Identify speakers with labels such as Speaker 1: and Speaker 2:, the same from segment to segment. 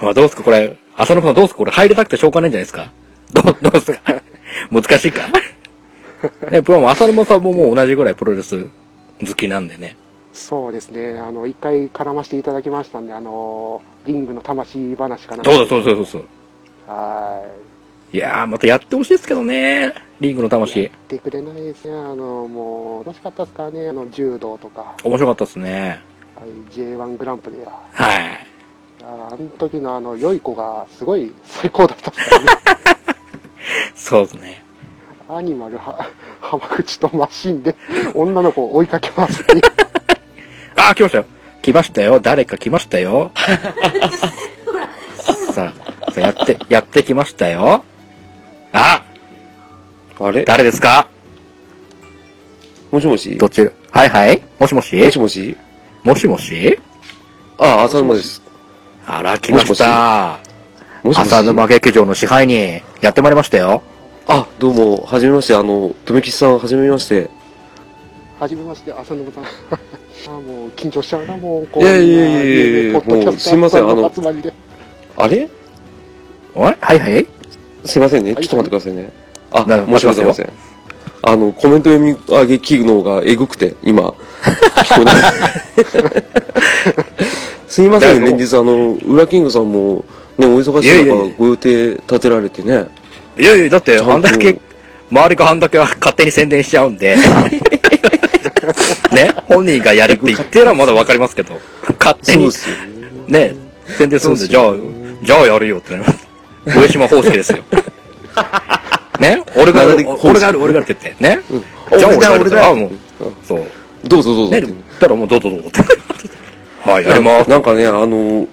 Speaker 1: あどうすかこれ、浅野さんどうすかこれ入りたくてしょうがないんじゃないですかどう、どうすか 難しいかね、プロも浅野さんももう同じぐらいプロレス好きなんでね。
Speaker 2: そうですね、あの、一回絡ませていただきましたんで、あの、リングの魂話かな。
Speaker 1: そうだそうだそうだそう
Speaker 2: は
Speaker 1: だ。いやー、またやってほしいですけどね。リングの
Speaker 2: ーい。
Speaker 1: 魂
Speaker 2: や。ってくれないですね、あの、もう、楽しかったですからね、あの、柔道とか、
Speaker 1: 面白かったですね。
Speaker 2: はい J1 グランプリや。
Speaker 1: はい。
Speaker 2: あーあの時のあの、良い子が、すごい最高だったですからね。
Speaker 1: そうですね。
Speaker 2: アニマルは、浜口とマシンで、女の子を追いかけますっていう。
Speaker 1: あー、来ましたよ。来ましたよ。誰か来ましたよ。 さあ、さあやって、やってきましたよ。あ
Speaker 3: あれ
Speaker 1: 誰ですか
Speaker 3: もしもし
Speaker 1: どっちはいはい。もしもし
Speaker 3: もしもし
Speaker 1: もしもし
Speaker 3: あ、浅沼です。
Speaker 1: あら、来ました。
Speaker 3: もしもし
Speaker 1: 浅沼劇場の支配にやってまいりましたよ。
Speaker 3: あ、どうも、はじめまして、あの、とめきちさん、はじめまして。
Speaker 2: はじめまして、浅沼さん。 あーもう、緊張しちゃうな、もう、こ
Speaker 3: いやいやいやいやいや
Speaker 2: みんなポッドキャスター
Speaker 3: もうすいませんあの
Speaker 2: 集まりで。
Speaker 3: あれ
Speaker 1: おいはいはい。
Speaker 3: すいませんね。
Speaker 2: はい
Speaker 3: ちょっと待ってくださいね。あ、
Speaker 1: な
Speaker 3: 申し訳ございません。あの、コメント読み上げ機能がえぐくて、今、聞こえ ない。すいません、
Speaker 1: 大丈
Speaker 3: 連
Speaker 1: 夫
Speaker 3: 日、あの、裏キングさんも、ね、お忙しい
Speaker 1: いやいやい
Speaker 3: 中
Speaker 1: や、
Speaker 3: ご予定立てられてね。
Speaker 1: いやいや、だって、
Speaker 3: ちゃんと
Speaker 1: あんだけ、周りがあんだけは勝手に宣伝しちゃうん で。ね、本人がやるって言ってるのはまだわかりますけど、勝手
Speaker 3: そう
Speaker 1: に
Speaker 3: で、すよね。
Speaker 1: ね、宣伝するんで、じゃあ
Speaker 3: そうです、
Speaker 1: じゃあやるよってなります。上島方式ですよ。ね、俺がやる、俺がやる、俺がやるって言って。ね。じゃあ
Speaker 3: 俺だ
Speaker 1: 俺
Speaker 3: 俺
Speaker 1: が
Speaker 3: だ
Speaker 1: やるってあ、もう。そう。
Speaker 3: どうぞどうぞ
Speaker 1: ね、
Speaker 3: っ
Speaker 1: だ
Speaker 3: て。
Speaker 1: ったらもうどうぞどうぞって。はい、やります。
Speaker 3: なんかね、あの、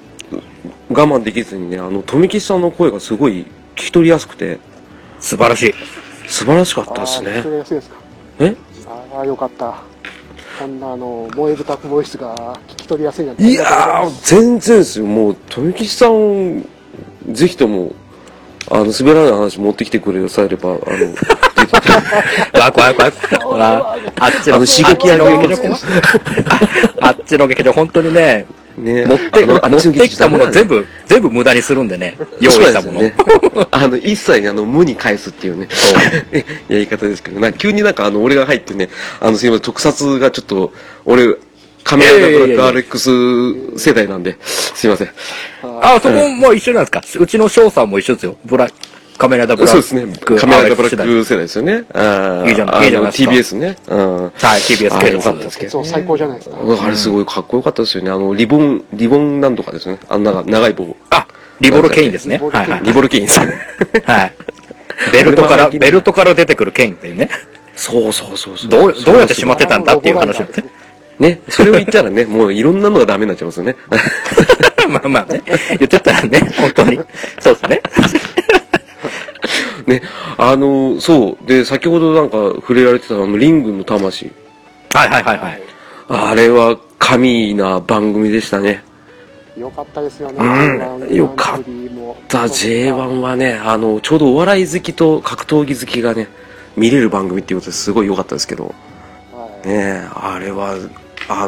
Speaker 3: 我慢できずにね、あの、とめきちさんの声がすごい聞き取りやすくて、
Speaker 1: 素晴らしい。
Speaker 3: 素晴らしかっ
Speaker 2: あ
Speaker 3: たです
Speaker 2: ー
Speaker 3: ね
Speaker 2: そ。れ安いですか。
Speaker 3: え
Speaker 2: ああ、よかった。こんなあの、萌え豚ボイスが聞き取りやすいなんて。
Speaker 3: いやー、全然ですよ。もう、富吉さん、ぜひとも、あの、滑らない話持ってきてくれさえれば、あの、
Speaker 1: わ、怖い 怖い。ほら、あっちの、
Speaker 3: あの刺激やる
Speaker 1: あっちの劇場。あっちの劇場、本当にね、
Speaker 3: ね、
Speaker 1: 持って、
Speaker 3: あの
Speaker 1: 持ってきたもの全
Speaker 3: 部
Speaker 1: 部、全部無駄にするんでね、用意したもの。
Speaker 3: ね、あの、一切ね、あの、無に返すっていうね、 やり方ですけど、なんか急になんか、あの、俺が入ってね、あの、すいません、特撮がちょっと、俺、カメラ
Speaker 1: いやいやいやいや
Speaker 3: ブラック RX 世代なんで、すいません。
Speaker 1: あ、そこも一緒なんですかうちの翔さんも一緒ですよ。ブラ、カメラダブラ
Speaker 3: そう
Speaker 1: ッ
Speaker 3: で
Speaker 1: ク。
Speaker 3: すね、カメラブラック世代ですよね。あー
Speaker 1: いいじゃないいいじゃないですか
Speaker 3: TBS ね。うん
Speaker 1: はい、TBS
Speaker 3: あ
Speaker 1: 系
Speaker 3: れ
Speaker 1: の
Speaker 3: 良
Speaker 1: さん
Speaker 3: か
Speaker 1: で
Speaker 3: ったですす
Speaker 1: け
Speaker 3: け
Speaker 1: ど。
Speaker 2: そう、最高じゃないですか。
Speaker 3: うんあれすごいかっこよかったですよね。あの、リボン、リボンなんとかですね。あの、長長い棒。
Speaker 1: あ、リボルケインですね。
Speaker 2: リボル
Speaker 1: は
Speaker 2: ケイ
Speaker 1: いはい。
Speaker 2: ン
Speaker 3: リボルケイン さん。
Speaker 1: はい。ベルトから、ベルトから出てくる剣っていうね。
Speaker 3: そうそうそうそう。
Speaker 1: どう、どうやってしま
Speaker 2: ま
Speaker 1: ってたんだっていう話なんですね。
Speaker 3: ね、それを言ったらね、 もういろんなのがダメになっちゃいますよね。
Speaker 1: まあまあね。言っちゃったらね、本当に。そうですね。
Speaker 3: ね、あの、そう。で、先ほどなんか触れられてたあの、リングの魂。
Speaker 1: はいはいはいはい。
Speaker 3: あれは神な番組でしたね。
Speaker 2: よかったですよね。
Speaker 3: うんよかった
Speaker 2: た
Speaker 3: ザ J1 はね、あの、ちょうどお笑い好きと格闘技好きがね、見れる番組っていうことですごい良かったですけど、
Speaker 2: はい。
Speaker 3: ねあれは、あ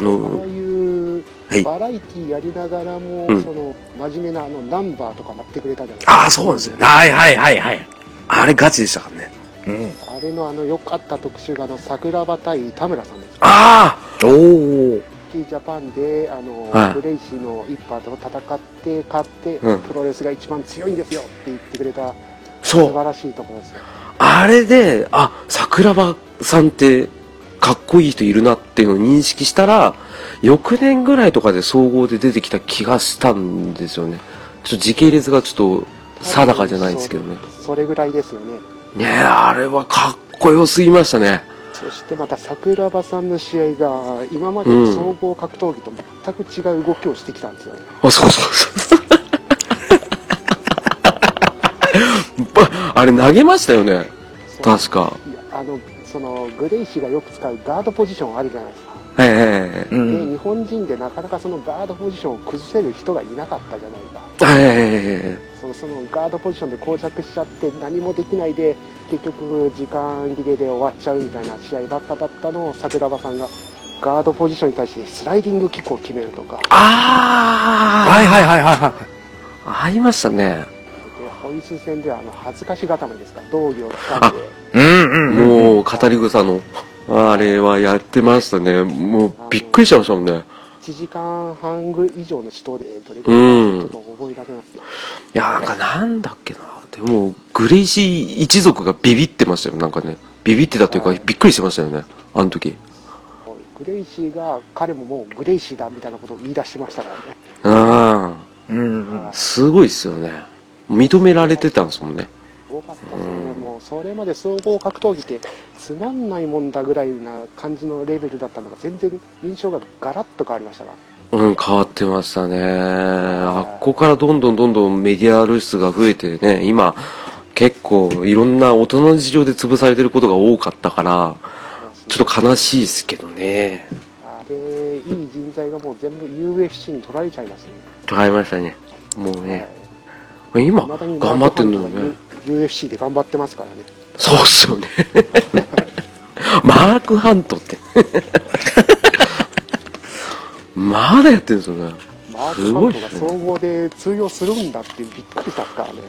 Speaker 2: こう
Speaker 3: の、
Speaker 2: いう
Speaker 3: はい
Speaker 2: バラエティやりながらも、
Speaker 3: うん
Speaker 2: その真面目なあのナンバーとか待ってくれたじゃないですか
Speaker 3: ああ、そうなんですよね。
Speaker 1: はいはいはいはい。
Speaker 3: あれガチでしたからね。
Speaker 1: うん。
Speaker 2: あれのあの良かった特集があの桜庭対田村さんですか
Speaker 3: あ
Speaker 1: おー。
Speaker 2: キージャパンであの、
Speaker 3: はい
Speaker 2: ブレイシーの一派と戦って勝って、
Speaker 3: うん
Speaker 2: プロレスが一番強いんですよって言ってくれた
Speaker 3: あ、
Speaker 2: 素
Speaker 3: そう。
Speaker 2: 晴らしいところですよ
Speaker 3: あれで、あ、桜庭さんって、かっこいい人いるなっていうのを認識したら、翌年ぐらいとかで総合で出てきた気がしたんですよね。ちょっと時系列がちょっと定かじゃないですけどね。
Speaker 2: そそれぐらいですよね
Speaker 3: ねえ、あれはかっこよすぎましたね。
Speaker 2: そしてまた桜庭さんの試合が今までの総合格闘技と全く違う動きをしてきたんですよね、
Speaker 3: あ、そうそう そう。ばあれ投げましたよね。
Speaker 2: そう
Speaker 3: 確か。
Speaker 2: いやあのそのグレイシーがよく使うガードポジションあるじゃないですか、
Speaker 3: はいはいはい。
Speaker 1: う
Speaker 2: で
Speaker 1: ん。
Speaker 2: 日本人でなかなかそのガードポジションを崩せる人がいなかったじゃないか
Speaker 3: はいはいはいはい。
Speaker 2: そのそのガードポジションで膠着しちゃって何もできないで結局時間切れで終わっちゃうみたいな試合ばっかだったのを桜庭さんがガードポジションに対してスライディングキックを決めるとか
Speaker 3: あ
Speaker 1: はいはいはいはいはい。
Speaker 3: あありましたね。
Speaker 2: でホイッスル戦ではあの恥ずかし固めですか道着を掴んで
Speaker 1: うんうんうん。
Speaker 3: もう、語り草の、あれはやってましたね。もう、びっくりしましたもんね。
Speaker 2: 1時間半ぐ以上の死闘でどれくらい
Speaker 3: うん
Speaker 2: ちょっと覚えなくなって
Speaker 3: いや、なんかなんだっけな。でも、グレイシー一族がビビってましたよ、なんかね。ビビってたというか、びっくりしてましたよね。あの時。
Speaker 2: グレイシーが彼ももうグレイシーだみたいなことを言い出してましたからね
Speaker 3: うん。
Speaker 1: うんうん。
Speaker 3: すごいっすよね。認められてたんですもんね。
Speaker 2: すごかったですね、もうそれまで総合格闘技ってつまんないもんだぐらいな感じのレベルだったのが全然印象がガラッと変わりましたが
Speaker 3: うん、変わってましたね。あっこからどんどんどんどんメディア露出が増えてね、今、結構いろんな大人の事情で潰されてることが多かったから、ちょっと悲しいですけどね。
Speaker 2: あれいい人材がもう全部 UFC に取られちゃいますね
Speaker 3: 変えましたね。もう
Speaker 2: はい
Speaker 3: ね、今、
Speaker 2: 未だ
Speaker 3: 頑
Speaker 2: に
Speaker 3: 張ってんのにね。
Speaker 2: UFC で頑張ってますからね
Speaker 3: そうっすよね。 マークハントって。 まだやってるんですよね。
Speaker 2: マー
Speaker 3: す
Speaker 2: クハ
Speaker 3: ごい
Speaker 2: ン
Speaker 3: っ
Speaker 2: ト
Speaker 3: すね
Speaker 2: が総合で通用するんだってびっくりしたからね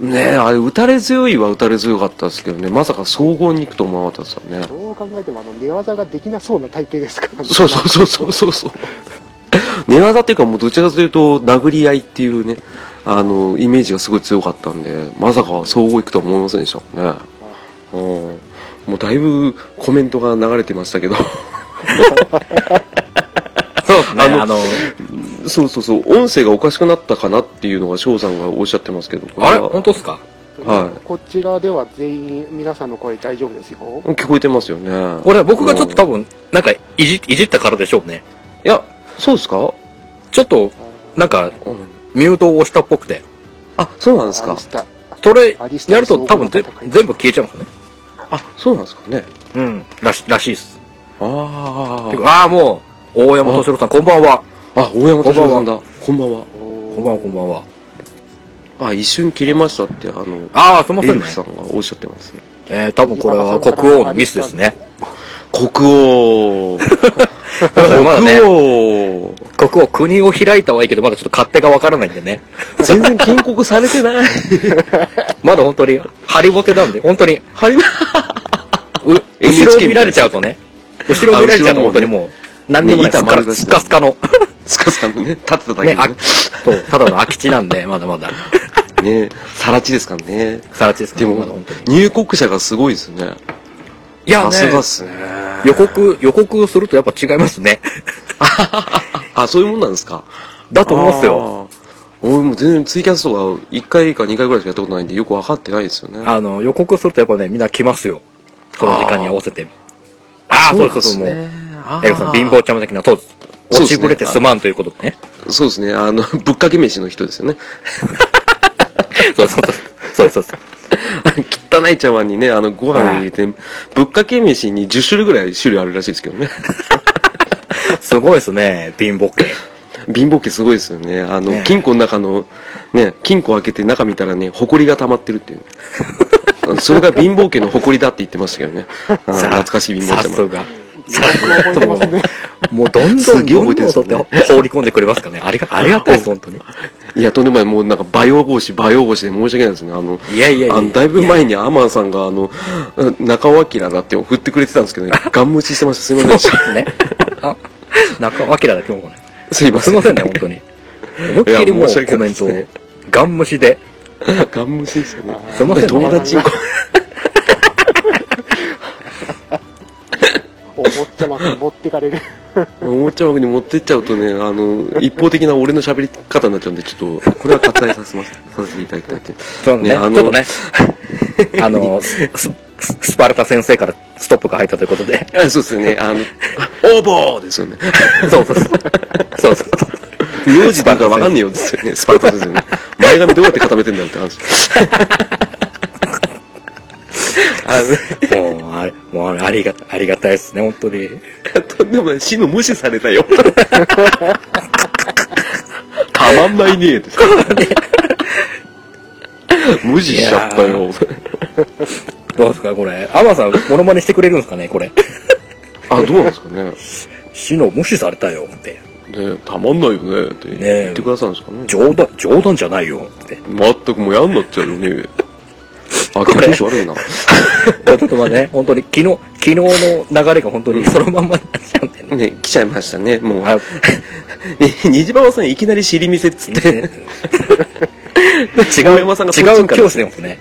Speaker 3: ねえ、あれ、打たれ強いは打たれ強かったですけどね、まさか総合に行くと思わなかったですからね。
Speaker 2: どう考えてもあの寝技ができなそうな体型ですからね
Speaker 3: そうそうそうそうそうそう。寝技っていうか、もうどちらかというと、殴り合いっていうね、あの、イメージがすごい強かったんで、まさか総合行くとは思いませんでしたもんね。うん。もうだいぶコメントが流れてましたけど、
Speaker 1: そうですね。
Speaker 3: あ
Speaker 1: あの、
Speaker 3: そうそうそう、音声がおかしくなったかなっていうのが翔さんがおっしゃってますけど、
Speaker 1: あれ本当っすか
Speaker 3: はい
Speaker 2: こちらでは全員皆さんの声大丈夫ですよ
Speaker 3: 聞こえてますよね。
Speaker 1: これ僕がちょっと多分、なんか、いじ、いじったからでしょうね。
Speaker 3: いや、そうですか、
Speaker 1: ちょっと、なんか、
Speaker 3: うん、
Speaker 1: ミュートを押したっぽくて。
Speaker 3: あ、そうなんです
Speaker 2: あ
Speaker 3: か
Speaker 2: りした
Speaker 1: それ、やると多分ぜ全部消えちゃうんですね。
Speaker 3: あ、そうなんですかね。
Speaker 1: うん。らし、らしいっす。
Speaker 3: あ
Speaker 1: てかああ、もう、大山敏郎さん、こんばんは。
Speaker 3: あ。あ、大山敏郎さんだ。こんばんは。
Speaker 1: こんばんは、こんばんは。
Speaker 3: あ、一瞬切れましたって、あの、
Speaker 1: ああ、すいま
Speaker 3: エ
Speaker 1: せ
Speaker 3: ル
Speaker 1: んね
Speaker 3: フ。さんがおっしゃってますね。
Speaker 1: えー、多分これは国王のミスです ね。
Speaker 3: 国王。
Speaker 1: まだ
Speaker 3: 国
Speaker 1: ね、
Speaker 3: 王。
Speaker 1: 国王、国を開いたはいいけど、まだちょっと勝手がわからないんでね。
Speaker 3: 全然建国されてない。
Speaker 1: まだ本当に、ハリボテなんで、本当に、
Speaker 3: はい。
Speaker 1: う後
Speaker 3: NHK
Speaker 1: ろを見られちゃうとね、後ろを見られちゃうと
Speaker 3: あ後ろの
Speaker 1: 本当にもう、何にもない、
Speaker 3: ね板
Speaker 1: スカ
Speaker 3: 丸出し
Speaker 1: スカスカの、
Speaker 3: スカスカのね、立ってただけ
Speaker 1: ね、あ
Speaker 3: で、
Speaker 1: そう、ただの空き地なんで、まだまだ、
Speaker 3: ね。ね、さらちですからね。
Speaker 1: さらちですか
Speaker 3: で
Speaker 1: ら、まだ
Speaker 3: も
Speaker 1: 本当に。、
Speaker 3: 入国者がすごいですね。
Speaker 1: いや
Speaker 3: さすがっ
Speaker 1: ね、
Speaker 3: すね。
Speaker 1: 予告、予告するとやっぱ違いますね。
Speaker 3: あ、そういうもんなんですか。
Speaker 1: だと思いますよ。
Speaker 3: あー。俺も全然ツイキャスとか1回か2回ぐらいしかやったことないんでよく分かってないですよね。
Speaker 1: あの、予告するとやっぱね、みんな来ますよ。その時間に合わせて。ああー、そうそうそう、もう。エ
Speaker 3: あー
Speaker 1: ルフさん、貧乏ちゃま的な、そうです。
Speaker 3: そう
Speaker 1: 落
Speaker 3: ですね
Speaker 1: ちぶれてすまんということでね。
Speaker 3: そうですね。あの、 ぶっかけ飯の人ですよね。
Speaker 1: そうそう そう。そうそうそう。
Speaker 3: 汚い茶碗にね、あの、ご飯入れて、ぶっかけ飯に10種類ぐらい種類あるらしいですけどね。
Speaker 1: すごいですね、貧乏系。
Speaker 3: 貧乏家すごいですよね。あの、
Speaker 1: ね
Speaker 3: 金庫の中の、ね、金庫開けて中見たらね、埃が溜まってるっていう。 それが貧乏家の埃だって言ってましたけどね。うん
Speaker 1: さあ
Speaker 3: 懐かしい貧乏
Speaker 1: さ
Speaker 3: 茶
Speaker 1: す
Speaker 3: 碗。
Speaker 1: が。
Speaker 2: 覚えてますね
Speaker 1: もうどんど
Speaker 3: す
Speaker 1: ん、
Speaker 3: げえ
Speaker 1: どん
Speaker 3: 覚えて
Speaker 1: ど
Speaker 3: るん
Speaker 1: ん
Speaker 3: で
Speaker 1: そ
Speaker 3: すよ
Speaker 1: う
Speaker 3: ね
Speaker 1: やって放り込んでくれますからね。ありが、ありがたいです、本当に。
Speaker 3: いや、とんでもない。もうなんか、培養防止、培養防止で申し訳ないですね。あの、
Speaker 1: いやいやいや
Speaker 3: あのだいぶ前にアマンさんが、あの、中尾明だって振ってくれてたんです けどね、ガン無視してました。すいませんでした。
Speaker 1: ね。あ、中尾明だ、今日もね。
Speaker 3: すいますせん。
Speaker 1: いませんね、本当に。思いっきりも
Speaker 3: いや申し
Speaker 1: う
Speaker 3: 訳
Speaker 1: コ
Speaker 3: な
Speaker 1: メ
Speaker 3: いで
Speaker 1: ント
Speaker 3: す
Speaker 1: を
Speaker 3: ね、
Speaker 1: ガン無視で。
Speaker 3: ガン無視ですよね。
Speaker 1: すいませんね
Speaker 3: 友 達にこ
Speaker 2: お坊ちゃま持ってかれる
Speaker 3: う、おもちゃ枠に持ってっちゃうとね、あの、一方的な俺の喋り方になっちゃうんで、ちょっと、これは割愛させ ます、させていただきたいって。
Speaker 1: そうね、
Speaker 3: ね
Speaker 1: ちょ
Speaker 3: あ
Speaker 1: っ
Speaker 3: の
Speaker 1: とね、あの、スススパルタ先生からストップが入ったということで。
Speaker 3: あそうですよね、あの、オーボーですよね。
Speaker 1: そうそうそう。そうそう
Speaker 3: 名字だからわかんねえよですよね、スパルタですよね。前髪どうやって固めてんだよって話。あ
Speaker 1: そう。もう、あれ、もうあれありがた、ありがたいですね、本当に。
Speaker 3: の、とんでもない、死の無視されたよ。たまんないねえです。無視しちゃったよ。
Speaker 1: どうですか、これ。アマさん、モノマネしてくれるんですかね、これ。
Speaker 3: あ、どうなんですかね。
Speaker 1: 死の無視されたよって。
Speaker 3: ねたまんないよねって言ってくださるんですかね。
Speaker 1: 冗談、冗談じゃないよ。って。
Speaker 3: 全くもうやんなっちゃうよね。あ、気持ち悪いな。
Speaker 1: ちょっとまあ ね、本当に昨日、昨日の流れが本当にそのまんまになっちゃうんだよね。
Speaker 3: ね、来ちゃいましたね、もう。
Speaker 1: はい
Speaker 3: 虹馬場さんいきなり尻見せっつって。違う山さんがそっち
Speaker 1: 違う
Speaker 3: 行くか
Speaker 1: 教
Speaker 3: ら
Speaker 1: 師でもね。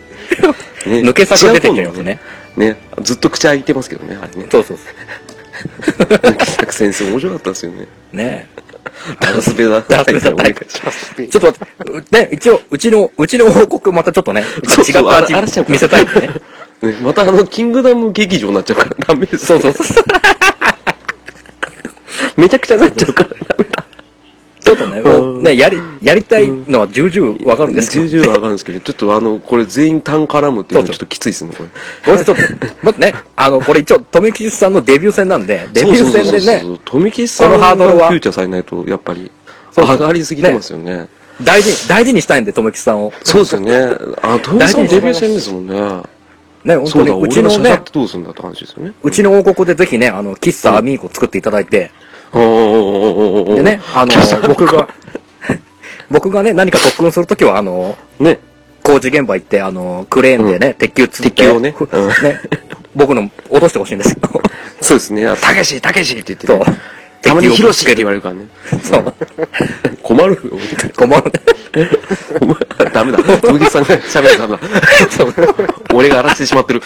Speaker 1: 抜け作が出てきちゃいますね。
Speaker 3: ね、ずっと口開いてますけどね、あれね。
Speaker 1: そうそうそ
Speaker 3: 抜け作先生面白かったですよね。
Speaker 1: う。ね
Speaker 3: ダースベイダー
Speaker 1: ダースベイダータイプ
Speaker 3: お願いします
Speaker 1: ちょっと待って、ね、一応、うちの、うちの報告またちょっとね、
Speaker 3: そうそう
Speaker 1: 違った
Speaker 3: あれあれしちゃうから
Speaker 1: 見せたいんでね。
Speaker 3: ね、またあの、キングダム劇場になっちゃうからダメです。
Speaker 1: そうそうそう。
Speaker 3: めちゃくちゃになっちゃうから
Speaker 1: ちょっとね、もうね、やり、やりたいのは重々わかるんですけど
Speaker 3: 重々はわかるんですけど、ちょっとあの、これ全員単絡むっていうのはちょっときついですね、これ。
Speaker 1: ごめんなさい、 ちょっと、待ってね、あの、これ一応、富吉さんのデビュー戦なんで、デビュー戦
Speaker 3: そうそうそう
Speaker 1: で
Speaker 3: そ
Speaker 1: ね、
Speaker 3: う。富木さん
Speaker 1: このハードルは
Speaker 3: がフューチャーされないと、やっぱり、
Speaker 1: そうそう
Speaker 3: 上がりすぎてますよね。
Speaker 1: 大事に、大事にしたいんで、富吉さんを。
Speaker 3: そうですよね。あ、富木さんデビュー戦ですもんね。
Speaker 1: ね、本
Speaker 3: そうだ、
Speaker 1: 当に、うち
Speaker 3: 俺
Speaker 1: の
Speaker 3: が社長
Speaker 1: ね
Speaker 3: っ、てどうするんだって話ですよね。
Speaker 1: うちの王国でぜひね、あの、喫茶アミーゴ作っていただいて、
Speaker 3: おーおーおーおーおー
Speaker 1: でね、あの、僕が、 僕がね、何か特訓するときは、あの、
Speaker 3: ね。
Speaker 1: 工事現場行って、あの、クレーンでね、鉄球つって、
Speaker 3: 鉄球をね
Speaker 1: ふ
Speaker 3: うん
Speaker 1: ね、僕の落としてほしいんですよ。
Speaker 3: そうですね。あたけし、たけしって言って、
Speaker 1: そう
Speaker 3: ね。。たまにヒロシって
Speaker 1: る
Speaker 3: 言われるからね。
Speaker 1: そう。
Speaker 3: 困るよ。
Speaker 1: 困る。
Speaker 3: お前 ダメだ。富木さんが喋るダメだ。そう 俺が荒らしてしまってる。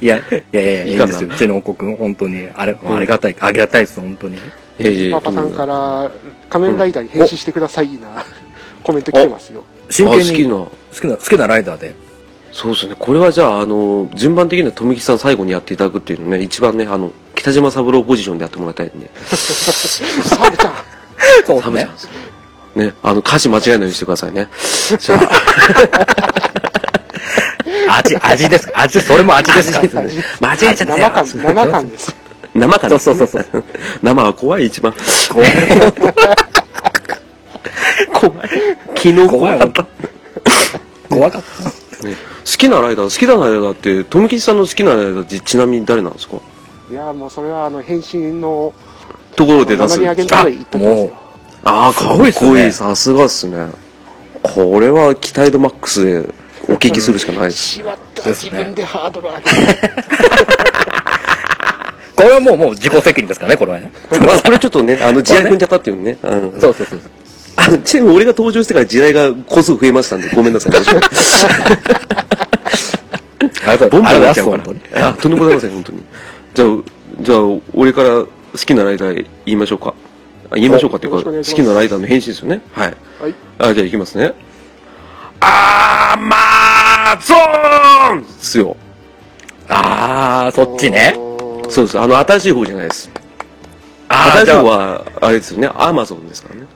Speaker 1: いや、いやいやいや、い
Speaker 3: い
Speaker 1: い
Speaker 3: い
Speaker 1: ん
Speaker 3: か
Speaker 1: で
Speaker 3: な
Speaker 1: すよ。うちの王国、本当に、あれ、ありがたい、ありがたいです、本当に。
Speaker 3: いやいやいや
Speaker 2: パパさんから仮面ライダーに変身してくださいなコメント来てますよ。
Speaker 1: 真剣に。
Speaker 3: あ好
Speaker 1: 好きな、好きなライダーで。
Speaker 3: そうですね。これはじゃあ、あの、順番的には富木さん最後にやっていただくっていうのね、一番ね、あの、北島三郎ポジションでやってもらいたいんで。
Speaker 2: サブちゃ ん
Speaker 1: そう
Speaker 3: サブち
Speaker 1: ね
Speaker 3: ゃん。ですね。ね、あの、歌詞間違えないようにしてくださいね。
Speaker 1: 味、味ですか味、それも味ですか
Speaker 2: 味味
Speaker 1: 間違えちゃった
Speaker 2: 7巻、
Speaker 1: よ。
Speaker 2: 7巻です。
Speaker 3: 生かな
Speaker 1: そうそうそうそ。
Speaker 3: 生は怖い、一番。
Speaker 1: 怖い。
Speaker 3: 怖い。昨日怖かった。
Speaker 1: 怖かった。
Speaker 3: ね、好きなライダー、好きなライダーって、富木さんの好きなライダーってちなみに誰なんですか
Speaker 2: いや、もうそれはあの、変身の
Speaker 3: ところ
Speaker 2: 名
Speaker 3: で出
Speaker 2: 乗
Speaker 3: す
Speaker 2: り。上げのところで言っときます
Speaker 1: もう
Speaker 2: よ。、
Speaker 3: ああ、かっこいい
Speaker 1: すごいっすね
Speaker 3: さすがっすね。これは期待度マックスでお聞きするしかないです。
Speaker 2: しまった、
Speaker 1: です
Speaker 2: 自
Speaker 1: ね
Speaker 2: 分でハードル上げて。
Speaker 1: これはもう、もう自己責任ですからね、これはね。
Speaker 3: まあ、それちょっとね、あの、地雷踏んじゃったっていうね。うん。
Speaker 1: そうそうそう。
Speaker 3: あの、ちなみに俺が登場してから地雷が個数増えましたんで、ごめんなさ い。
Speaker 1: ありがと
Speaker 3: ボ
Speaker 1: う
Speaker 3: ン
Speaker 1: ご
Speaker 3: ボ
Speaker 1: ざい
Speaker 3: ンにな
Speaker 1: ま
Speaker 3: っち
Speaker 1: す。
Speaker 3: ゃうから。あ、とんでもございません、本当に。じゃあ、じゃあ、俺から好きなライダー言いましょうか。あ言いましょうかっていう
Speaker 2: よろし
Speaker 3: か、
Speaker 2: くお願
Speaker 3: 好
Speaker 2: いします
Speaker 3: きなライダーの変身ですよね。はい。
Speaker 2: はい。
Speaker 3: あ、じゃあ行きますね。アーマーゾーンっすよ。
Speaker 1: あー、そっちね。
Speaker 2: おー
Speaker 3: そうです。あの、新しい方じゃないです。
Speaker 1: あ
Speaker 3: 新
Speaker 1: ー、
Speaker 3: しい
Speaker 1: じゃ
Speaker 3: 方は、あれですよね。アマゾンですからね。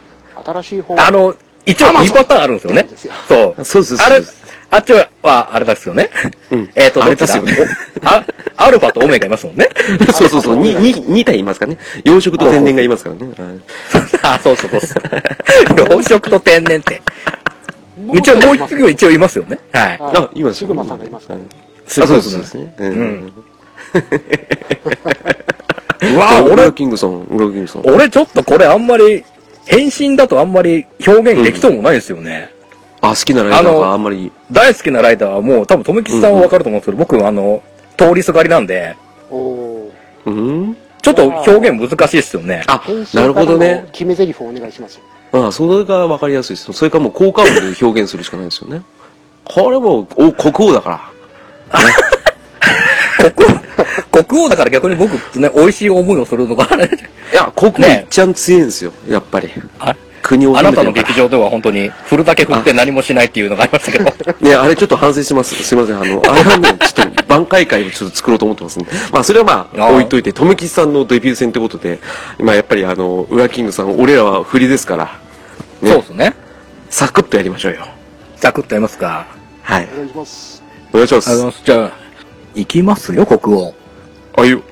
Speaker 2: 新しい方
Speaker 1: あ、あの、一応2パターンあるんですよね。そう。
Speaker 3: そうです
Speaker 1: あ
Speaker 3: そう
Speaker 1: れ
Speaker 3: です、
Speaker 1: あっちは、あれですよね。
Speaker 3: うん
Speaker 1: えっと、
Speaker 3: あ
Speaker 1: どっ
Speaker 3: れ
Speaker 1: ち
Speaker 3: で
Speaker 1: だ
Speaker 3: すよね
Speaker 1: おあアルファとオメガいますもんね。
Speaker 3: そうそうそう。に、に、2体いますからね。養殖と天然がいますからね。はい
Speaker 1: あ、そうそうそうそう。 養殖と天然って。一応、もう一匹は一応いますよね。はい。
Speaker 3: あ
Speaker 2: あ、、
Speaker 3: 今
Speaker 2: シグマさんがいますからね。
Speaker 3: あ、そうですそうですね。うんん。
Speaker 1: うわ
Speaker 3: あ、
Speaker 1: ー
Speaker 3: オラ
Speaker 1: 俺
Speaker 3: キングさん、オラキングさん。
Speaker 1: 俺ちょっとこれあんまり、変身だとあんまり表現できそうもないですよね。
Speaker 3: あ、好きなライ
Speaker 1: あ
Speaker 3: ダー
Speaker 1: の
Speaker 3: があんまり。
Speaker 1: 大好きなライダーはもう多分、とめきちさんはわかると思うんですけど、僕、あの、通りすがりなんで、
Speaker 2: おー
Speaker 3: うん
Speaker 1: ちょっと表現難しいですよね。
Speaker 3: あ
Speaker 2: 変身、
Speaker 3: なるほど
Speaker 2: からの
Speaker 3: ね。
Speaker 2: 決め台詞をお願いしますよ。
Speaker 3: あそれがわかりやすいです。それかもう効果音で表現するしかないですよね。これもう、お、国王だから。
Speaker 1: 国王、国王だから逆に僕、ね、美味しい思いをするのが、あれ
Speaker 3: いや、国王
Speaker 1: ね
Speaker 3: いっちゃん強いんですよ、やっぱり。
Speaker 1: あ
Speaker 3: 国を
Speaker 1: あな
Speaker 3: 攻めて
Speaker 1: た
Speaker 3: る
Speaker 1: の
Speaker 3: から
Speaker 1: 劇場では本当に、振るだけ振って何もしないっていうのがありましたけど。
Speaker 3: ね、あれちょっと反省してます。すいません。あの、あれはね、ちょっと挽回会をちょっと作ろうと思ってますんで。まあ、それはま
Speaker 1: ああ
Speaker 3: あ、置いといて、とめきちさんのデビュー戦ってことで、今やっぱりあの、ウラキングさん、俺らは振りですから、ね
Speaker 1: そうですね。
Speaker 3: サクッとやりましょうよ。
Speaker 1: ザクッとやりますか。
Speaker 3: はい
Speaker 2: お。願いします。
Speaker 3: お願いしま
Speaker 1: ありがとうござい
Speaker 3: す。
Speaker 1: ます。じゃあ、行きますよ、国王。
Speaker 3: あ、いう。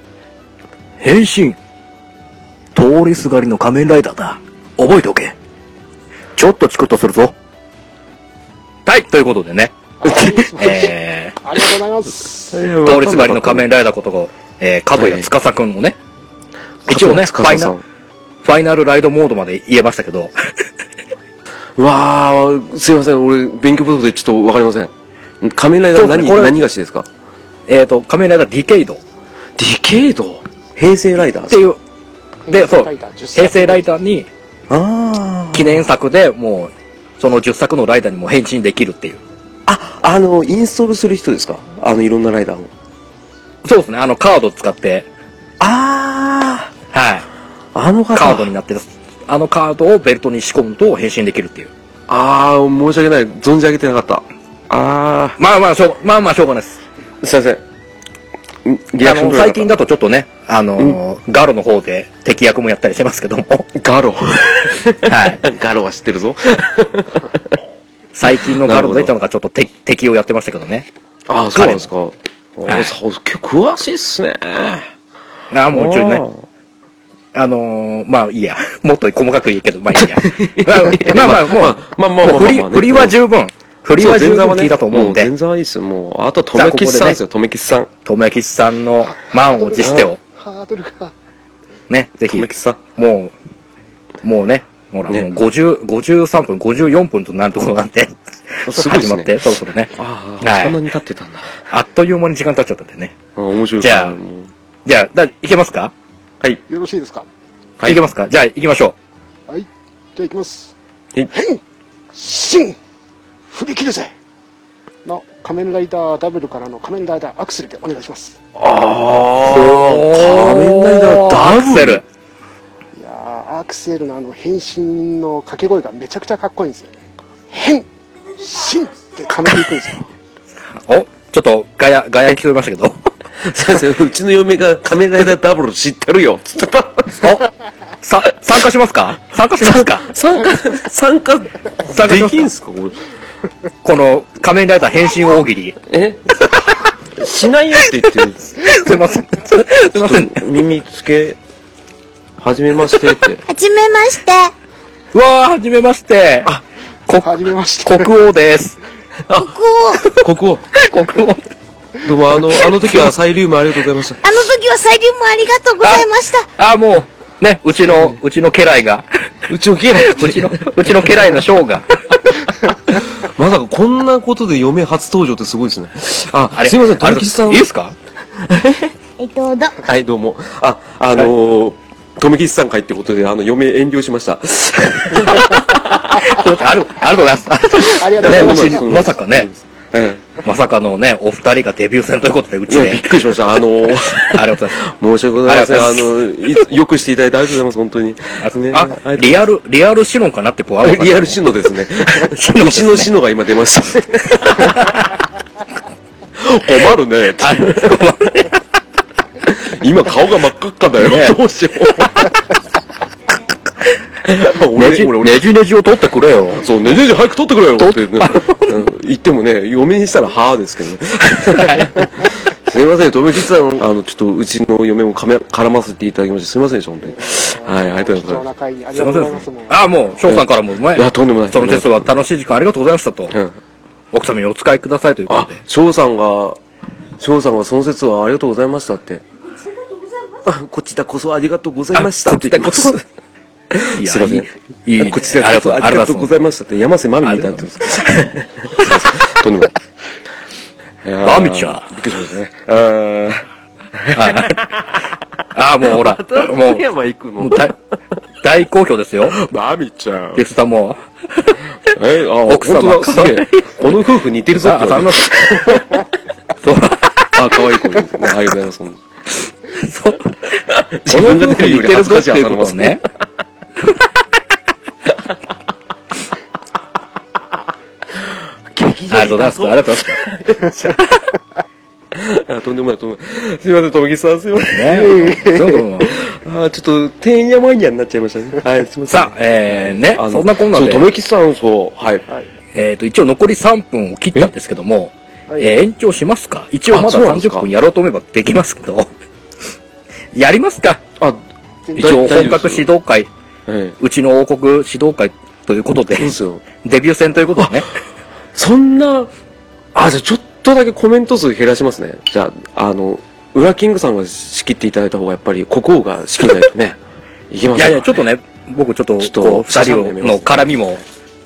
Speaker 1: 変身。通りすがりの仮面ライダーだ。覚えておけ。ちょっとチクッとするぞ。はい、ということでね。
Speaker 2: ありがとうございます
Speaker 1: えー、
Speaker 2: ありがとうございます。
Speaker 1: 通
Speaker 3: 通
Speaker 1: りすがりの仮面ライダーこと、えー、角谷司くんのね、一応ね、フ
Speaker 3: 塚
Speaker 1: ァイ
Speaker 3: 田
Speaker 1: ナ
Speaker 3: さ
Speaker 1: ル、
Speaker 3: ん
Speaker 1: フ。ファイナルライドモードまで言えましたけど、
Speaker 3: うわー、すいません。俺、勉強不足でちょっとわかりません。仮面ライダーは
Speaker 1: そうです
Speaker 3: 何、
Speaker 1: ねこれ
Speaker 3: 何がしですか
Speaker 1: えっと、仮面ライダーディケイドっ
Speaker 3: ディケイド平成ライダー
Speaker 1: ていう、で、そ
Speaker 2: 平成
Speaker 1: う
Speaker 2: ライダー10、作
Speaker 1: 平成ライダーに
Speaker 3: あー
Speaker 1: 記念作でもう、その10作のライダーにも変身できるっていう。
Speaker 3: あ、あの、インストールする人ですかあの、いろんなライダーを。
Speaker 1: そうですね、あのカードを使って、
Speaker 3: あ
Speaker 1: はい。
Speaker 3: ー、あの方。
Speaker 1: カードになってるあのカードをベルトに仕込むと変身できるっていう。
Speaker 3: あー、申し訳ない。存じ上げてなかった。あ
Speaker 1: まあまあ、しょう、まあまあ、しょうがないです。
Speaker 3: ー、すいませんん。リ
Speaker 1: あ
Speaker 3: アクショ
Speaker 1: の、
Speaker 3: ン取れなかった
Speaker 1: 最近だとちょっとね、あのーガロの方で敵役もやったりしてますけども。
Speaker 3: ガロ。
Speaker 1: はい。
Speaker 3: ガ ロは知ってるぞ。
Speaker 1: 最近のガロの出たのがちょっと敵敵をやってましたけどね。
Speaker 3: あー、そうなんですか。あ
Speaker 1: は
Speaker 3: ー、
Speaker 1: い
Speaker 3: そう、結構詳しいっすね。
Speaker 1: ああ、もうちょい
Speaker 3: あ
Speaker 1: ね。
Speaker 3: ー
Speaker 1: あのーまあいいや。 もっと細かく言うけど、まあ いいや。まあまあ、もう、
Speaker 3: まあまあまあまあ
Speaker 1: もう振り
Speaker 3: まあね
Speaker 1: 振りは十分。振りは十分聞いたと思うん
Speaker 3: 全
Speaker 1: で、
Speaker 3: 然いいっすよ。もう、あとは、とめきちさんですよ、とめきちさん。
Speaker 1: とめきちさんの満を持してを、
Speaker 2: ハードルが
Speaker 1: ね、ぜ
Speaker 3: と
Speaker 1: ひ
Speaker 3: め、きちさん。
Speaker 1: もう、もうね、ほら、
Speaker 3: ね
Speaker 1: もう50、53分、54分となるところなん で、
Speaker 3: すごいっ
Speaker 1: 始ま
Speaker 3: すね
Speaker 1: って、そろそろね。
Speaker 3: あ
Speaker 1: は
Speaker 3: あ、
Speaker 1: い
Speaker 3: そんなに経ってたんだ。
Speaker 1: あっという間に時間経っちゃったんでね。
Speaker 3: あー面白いっすね
Speaker 1: じゃあ
Speaker 3: もう
Speaker 1: じゃあ、だいけますか
Speaker 3: はい。
Speaker 2: よろしいですか
Speaker 1: はい。いけますかじゃあ、行きましょう。
Speaker 2: はいじゃあ行きます
Speaker 3: はい
Speaker 2: 変身振り切るぜの仮面ライダーダブルからの仮面ライダーアクセルでお願いします
Speaker 3: あ
Speaker 1: おー
Speaker 3: 仮面ライダーダブル
Speaker 1: アクセル。
Speaker 2: いやーアクセルのあの変身の掛け声がめちゃくちゃかっこいいんですよね変身って噛めていくんですよ
Speaker 1: おちょっと、ガヤ、ガヤ聞こえましたけ ど。
Speaker 3: あ、先生、うちの嫁が仮面ライダーダブル知ってるよ、つってた。
Speaker 1: おさ、参加しますか参加しますか
Speaker 3: 参加、
Speaker 1: 参
Speaker 3: 参加、
Speaker 1: 加しますか
Speaker 3: できんすかこれ。
Speaker 1: この、仮面ライダー変身大喜利。
Speaker 3: えしないよって言ってるんです。
Speaker 1: すいません。すいません。
Speaker 3: 耳つけ、はじめましてって。
Speaker 4: はじめまして。
Speaker 1: うわー、はじめまして。あ、こ、
Speaker 2: はじめまして
Speaker 1: 国王です。
Speaker 4: ここ、
Speaker 3: ここ、
Speaker 1: 国王。
Speaker 3: どうもあの、あの時はサイリウムありがとうございました。
Speaker 4: あの時は再流もありがとうございました。
Speaker 1: あ、もう、ね、うちの、うちの家来が、
Speaker 3: うちの家来
Speaker 1: うちの、うちの家来のショーが、
Speaker 3: まさかこんなことで嫁初登場ってすごいですね。あ、
Speaker 1: あれ、
Speaker 3: すいません、
Speaker 1: あれ
Speaker 3: 鳥吉さん。
Speaker 1: いいですか
Speaker 4: えっと、ど、
Speaker 3: はい、どうも。あ、あのー、富吉さん会ってことで、あの、嫁遠慮しました。
Speaker 1: すいませんある、ありがとう ございます。
Speaker 2: ありがとうございます
Speaker 1: ねうちまさかね、
Speaker 3: え
Speaker 1: まさかのね、お二人がデビュー戦ということで、う
Speaker 3: え。い
Speaker 1: ち
Speaker 3: や、び
Speaker 1: で
Speaker 3: っ。くりしました。あの
Speaker 1: あ
Speaker 3: ー、
Speaker 1: りがとうございます。
Speaker 3: 申し訳ございません。
Speaker 1: あ
Speaker 3: あ
Speaker 1: りがと
Speaker 3: の、いつよくしていただいてありがとうございます、本当に。ね
Speaker 1: あ、
Speaker 3: あり
Speaker 1: リアル、リアルシノンかなって、こう、あ
Speaker 3: リアルシノです ね。うちのシノが今出ました。 困るね。
Speaker 1: あの
Speaker 3: 今顔が真っ赤っかだよ。
Speaker 1: ね
Speaker 3: どうしよ
Speaker 1: ね
Speaker 3: う。俺、
Speaker 1: じ、
Speaker 3: 俺、俺、
Speaker 1: ねじねじを取ってくれ よ。
Speaker 3: そう、ねじねじ早く取ってくれよってね、うん言ってもね、嫁にしたらはぁです けどね。すいません、とめきさん、あの、ちょっとうちの嫁もかめ絡ませていただきまして、すいませんでした、本当に。はい、ありがとうご
Speaker 2: 貴
Speaker 3: ざい
Speaker 2: 重
Speaker 3: ま
Speaker 2: な会にあり
Speaker 1: すい
Speaker 2: がと
Speaker 1: ま
Speaker 2: う
Speaker 1: せん
Speaker 2: ございますもう
Speaker 1: あ、もう、ショーさんからも、前
Speaker 3: いやとんでもない
Speaker 1: そのテストは楽しい時間ありがとうございましたと。
Speaker 3: す。うん
Speaker 1: 奥様にお使いくださいというこ
Speaker 3: あ
Speaker 1: とで。、
Speaker 3: 翔さんが、翔さんがその説はありがとうございましたって。あ、こちらこそありがとうございましたって言います。
Speaker 1: あこちらこいや
Speaker 3: すいませ
Speaker 1: い
Speaker 3: ん。
Speaker 1: い、 いい、
Speaker 3: こちら
Speaker 1: あり
Speaker 3: こ
Speaker 1: がとうござい
Speaker 3: そ
Speaker 1: ます。
Speaker 3: ありがとうございましたって、山瀬まみみたいになってます。 とんでもない。
Speaker 1: まみちゃん
Speaker 3: いやーびっくりしましたね。あ
Speaker 1: ああ、もうほら、
Speaker 3: ー
Speaker 1: もう、
Speaker 3: 山行く
Speaker 1: もう大、大好評ですよ。
Speaker 3: まみちゃん。
Speaker 1: ゲストも。
Speaker 3: え、あ、
Speaker 1: 奥様
Speaker 3: 本当だすげえ。この夫婦似てるぞって
Speaker 1: あ、
Speaker 3: 言わ
Speaker 1: さん
Speaker 3: れた
Speaker 1: の、そう、
Speaker 3: あ、可愛い子ですね。ありがとうございますほんと。
Speaker 1: そう、こ
Speaker 3: 自分
Speaker 1: の
Speaker 3: が
Speaker 1: 夫婦
Speaker 3: 出る
Speaker 1: 似
Speaker 3: より
Speaker 1: てる
Speaker 3: 恥ず
Speaker 1: ぞ
Speaker 3: か
Speaker 1: っ
Speaker 3: しい
Speaker 1: ていうことをね。ありがとうございます。ありがとうございま
Speaker 3: あとんでもない、とんでもない。すいません、ともぎさん、すいません。
Speaker 1: す。ね。そういうことも
Speaker 3: あーちょっと、てんやまんやになっちゃいましたね。はい、すみません。
Speaker 1: さあ、えー、ね
Speaker 3: あ、の
Speaker 1: そんなこんな
Speaker 3: そう、と
Speaker 1: で、
Speaker 3: めきさん、そう、はい。
Speaker 2: はい
Speaker 1: えっと、一応残り3分を切ったんですけども、
Speaker 2: は
Speaker 1: え
Speaker 2: い
Speaker 1: ー延長しますか一応ま
Speaker 3: あ
Speaker 1: だ
Speaker 3: そうなんですか
Speaker 1: 30分やろうと思えばできますけど、 やりますか
Speaker 3: あ、
Speaker 2: 全
Speaker 1: 一
Speaker 2: 然
Speaker 1: 応本
Speaker 3: 大大丈夫
Speaker 1: 格
Speaker 3: です
Speaker 1: 指導会、
Speaker 3: え
Speaker 1: うちの王国指導会ということで
Speaker 3: え、、そうですよ。
Speaker 1: デビュー戦ということでね。
Speaker 3: そんな、あ、じゃあちょっとだけコメント数減らしますね。 じゃあ、あの、ウラキングさんが仕切っていただいた方が、やっぱり、国王が仕切らないとね。いけます
Speaker 1: い やいや、ちょっとね、僕ちょっと、
Speaker 3: ちょっと
Speaker 1: こう二
Speaker 3: 挟んで
Speaker 1: 人
Speaker 3: みます
Speaker 1: の絡みも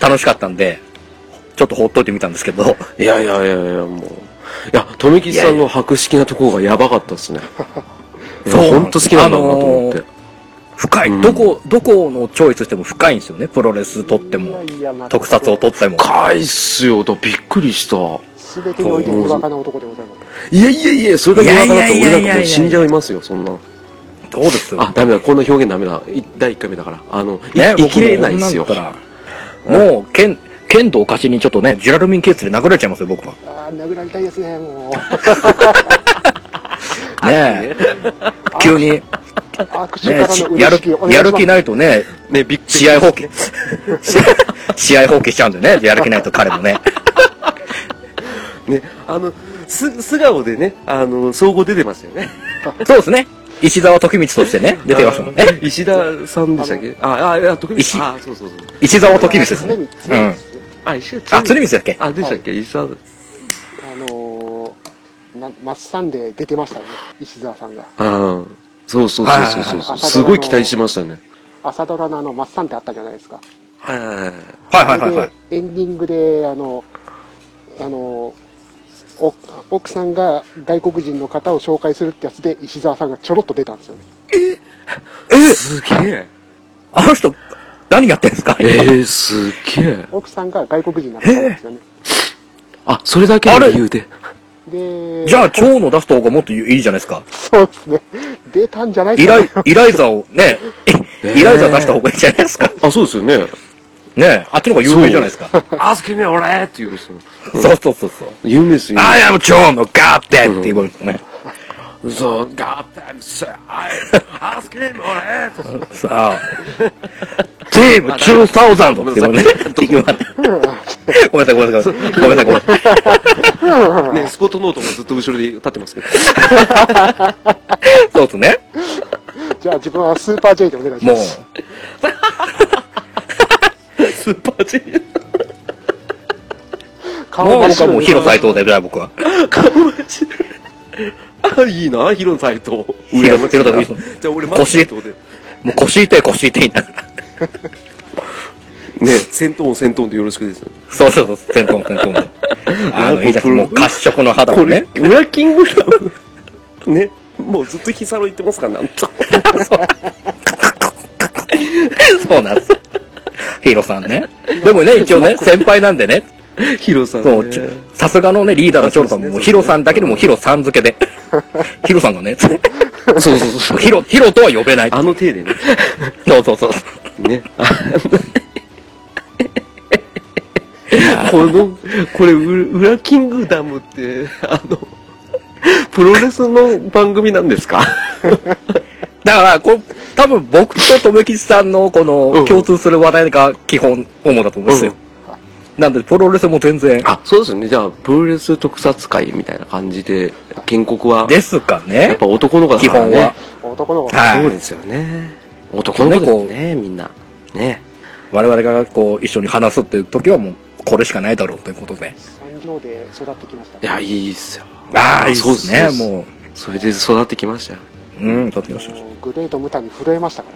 Speaker 1: 楽しかったんで、ちょっとほっといてみたんですけど、
Speaker 3: いやいやいやいや、もう。いや、富吉さんの博識なところがやばかったです ね。
Speaker 1: そう
Speaker 3: ほんと好きなんだろうなと思って。
Speaker 1: あの深い、
Speaker 3: うん
Speaker 1: どこ、どこのチョイスしても深いんですよね。プロレス撮っても、
Speaker 2: いやいやまあ
Speaker 1: 特撮を撮っても。
Speaker 3: 深いっすよ。だびっくりした。
Speaker 2: 全てにおいてにわかな男でございます。
Speaker 3: いやいやいや、それだけ分からなく
Speaker 1: いやいやいや
Speaker 3: て
Speaker 1: いや
Speaker 3: 俺なんかもう死んじゃいますよ、そんなの。
Speaker 1: どうです
Speaker 3: あ、ダメだ。こんな表現ダメだ。い第1回目だから。あの、い
Speaker 1: ね
Speaker 3: 生きれないっすよ
Speaker 1: 僕。もこんなんだったらもう、剣、剣道貸しにちょっとね、ジュラルミンケースで殴られちゃいますよ、僕は。
Speaker 2: ああ、殴られたいですね、 もう。
Speaker 1: ねえ。急に、ね
Speaker 2: 握手からの
Speaker 1: え、や
Speaker 2: 嬉
Speaker 1: る
Speaker 2: しきお、願いします
Speaker 1: やる気ないとね、
Speaker 3: ね、びっくり
Speaker 1: 試合放 棄、試合放 棄しちゃうんでね、やる気ないと彼もね。
Speaker 3: ね、あの、す、素顔でね、あの、総合出てましたよね。
Speaker 1: そうですね。石沢時光としてね、出てましたもんね。
Speaker 3: あ。石田さんでしたっけあ、あ、いや、徳
Speaker 1: 石
Speaker 3: 光あ、そうそうそう。
Speaker 1: 石沢時光ですね。
Speaker 2: 常に
Speaker 1: う
Speaker 2: 常に
Speaker 1: ん。
Speaker 3: あ、石田
Speaker 1: あ、鶴光だっけ
Speaker 3: あ、でしたっけ石田、
Speaker 2: あのー、なマッサンで出てましたね、石澤さんが。
Speaker 3: ああ、そうそうそうそうそう
Speaker 2: はいはいはい
Speaker 3: すごい期待しましたね。
Speaker 2: 朝ドラのあの、マッサンってあったじゃないですか。
Speaker 3: はいはいはい。
Speaker 1: はいはいはいはい。
Speaker 2: でエンディングで、あの、あの、お奥さんが外国人の方を紹介するってやつで、石澤さんがちょろっと出たんですよね。
Speaker 1: え
Speaker 3: すげえ。
Speaker 1: あの人、何やってんですか
Speaker 3: えー、すげえ。
Speaker 2: 奥さんが外国人だったんですよね。
Speaker 3: あ、それだけの理由で。
Speaker 2: で、
Speaker 1: じゃあ、蝶の出す方がもっといいじゃないですか。
Speaker 2: そうですね。出たんじゃない
Speaker 1: イ
Speaker 2: か
Speaker 1: ラ
Speaker 2: な。
Speaker 1: イ、イライザをね、
Speaker 3: え
Speaker 1: イライザ出した方がいいじゃないですか。
Speaker 3: あ、そうですよね。
Speaker 1: ねえ、あっちの方が有名じゃないですか。
Speaker 3: あ、すげえ、俺って言うんですよ。
Speaker 1: そうそうそうそう。
Speaker 3: 有名ですよ。
Speaker 1: I am 蝶のガーってって言われるんですね。
Speaker 3: そう、ガッタン、シャアスケ ーム、俺
Speaker 1: さあ、チーム2000って言わ れる。ごめんなさい、ごめんなさい、ごめんなさい。ごめんなさい、ごめんなさい。
Speaker 3: ね、スコットノートもずっと後ろで立ってますけど。
Speaker 1: そうですね。
Speaker 2: じゃあ自分はスーパー J でお願いし
Speaker 1: も
Speaker 2: ま
Speaker 1: う。
Speaker 2: す。
Speaker 3: スーパージェ
Speaker 2: 顔
Speaker 1: もう僕
Speaker 2: 真っ
Speaker 1: は
Speaker 2: 白
Speaker 1: もう
Speaker 2: で
Speaker 1: ヒロサイトで、じゃあ僕は。
Speaker 3: あ、いいな、ヒロサイト。
Speaker 1: ヒロヒロタク
Speaker 3: じゃあ俺、マッシュで。
Speaker 1: もう腰痛い腰痛いながら。
Speaker 3: ね、戦闘音、戦闘音でよろしくです。
Speaker 1: そうそうそう、戦闘も戦闘も。あの、いいじゃん もう褐色の肌
Speaker 3: こ
Speaker 1: も
Speaker 3: れ
Speaker 1: ね。、
Speaker 3: 裏キングダム。 ね、もうずっとヒサロ言ってますから、なん
Speaker 1: そ
Speaker 3: と。
Speaker 1: うなんです。ヒロさんね。でもね、一応ね、先輩なんでね。
Speaker 3: ヒロさん、ね。
Speaker 1: そう、ちょさすがのね、リーダーのチョロさんも、
Speaker 3: あそうですね
Speaker 1: もうヒロさんだけでもヒロさん付けで。ヒロさんがね、
Speaker 3: そうそうそう
Speaker 1: ヒロ、ヒロとは呼べない。
Speaker 3: あの手でね。
Speaker 1: そうそうそう。
Speaker 3: ね。 この、これ、ウラキングダムって、あの、プロレスの番組なんですか
Speaker 1: だから、こう、多分僕ととめきちさんのこ
Speaker 3: う
Speaker 1: の
Speaker 3: ん
Speaker 1: 共通する話題が基本、主だと思うんですよ。なんで、プロレスも全然。
Speaker 3: あ、そうですよね。じゃあ、プロレス特撮会みたいな感じで、建国は、
Speaker 1: ですか
Speaker 3: やっ
Speaker 1: ね
Speaker 3: ぱ男の子だ
Speaker 1: 基
Speaker 3: から
Speaker 1: 本は
Speaker 3: ね。。
Speaker 2: 男の子。
Speaker 1: は
Speaker 3: そう
Speaker 1: い。
Speaker 3: ですよね。男の子ですね、みんな。ね。
Speaker 1: 我々がこう、一緒に話すっていう時はもう、これしかないだろうということで。
Speaker 2: 産業で育ってきました
Speaker 3: い。や、いいっすよ。
Speaker 1: ああ、いい
Speaker 3: そう
Speaker 1: で
Speaker 3: っ
Speaker 1: す
Speaker 3: す
Speaker 1: ね、
Speaker 3: そうっす
Speaker 1: も
Speaker 3: それで育ってきましたよ。
Speaker 1: う。うん、とってまし
Speaker 2: もうグレートムタに震えましたか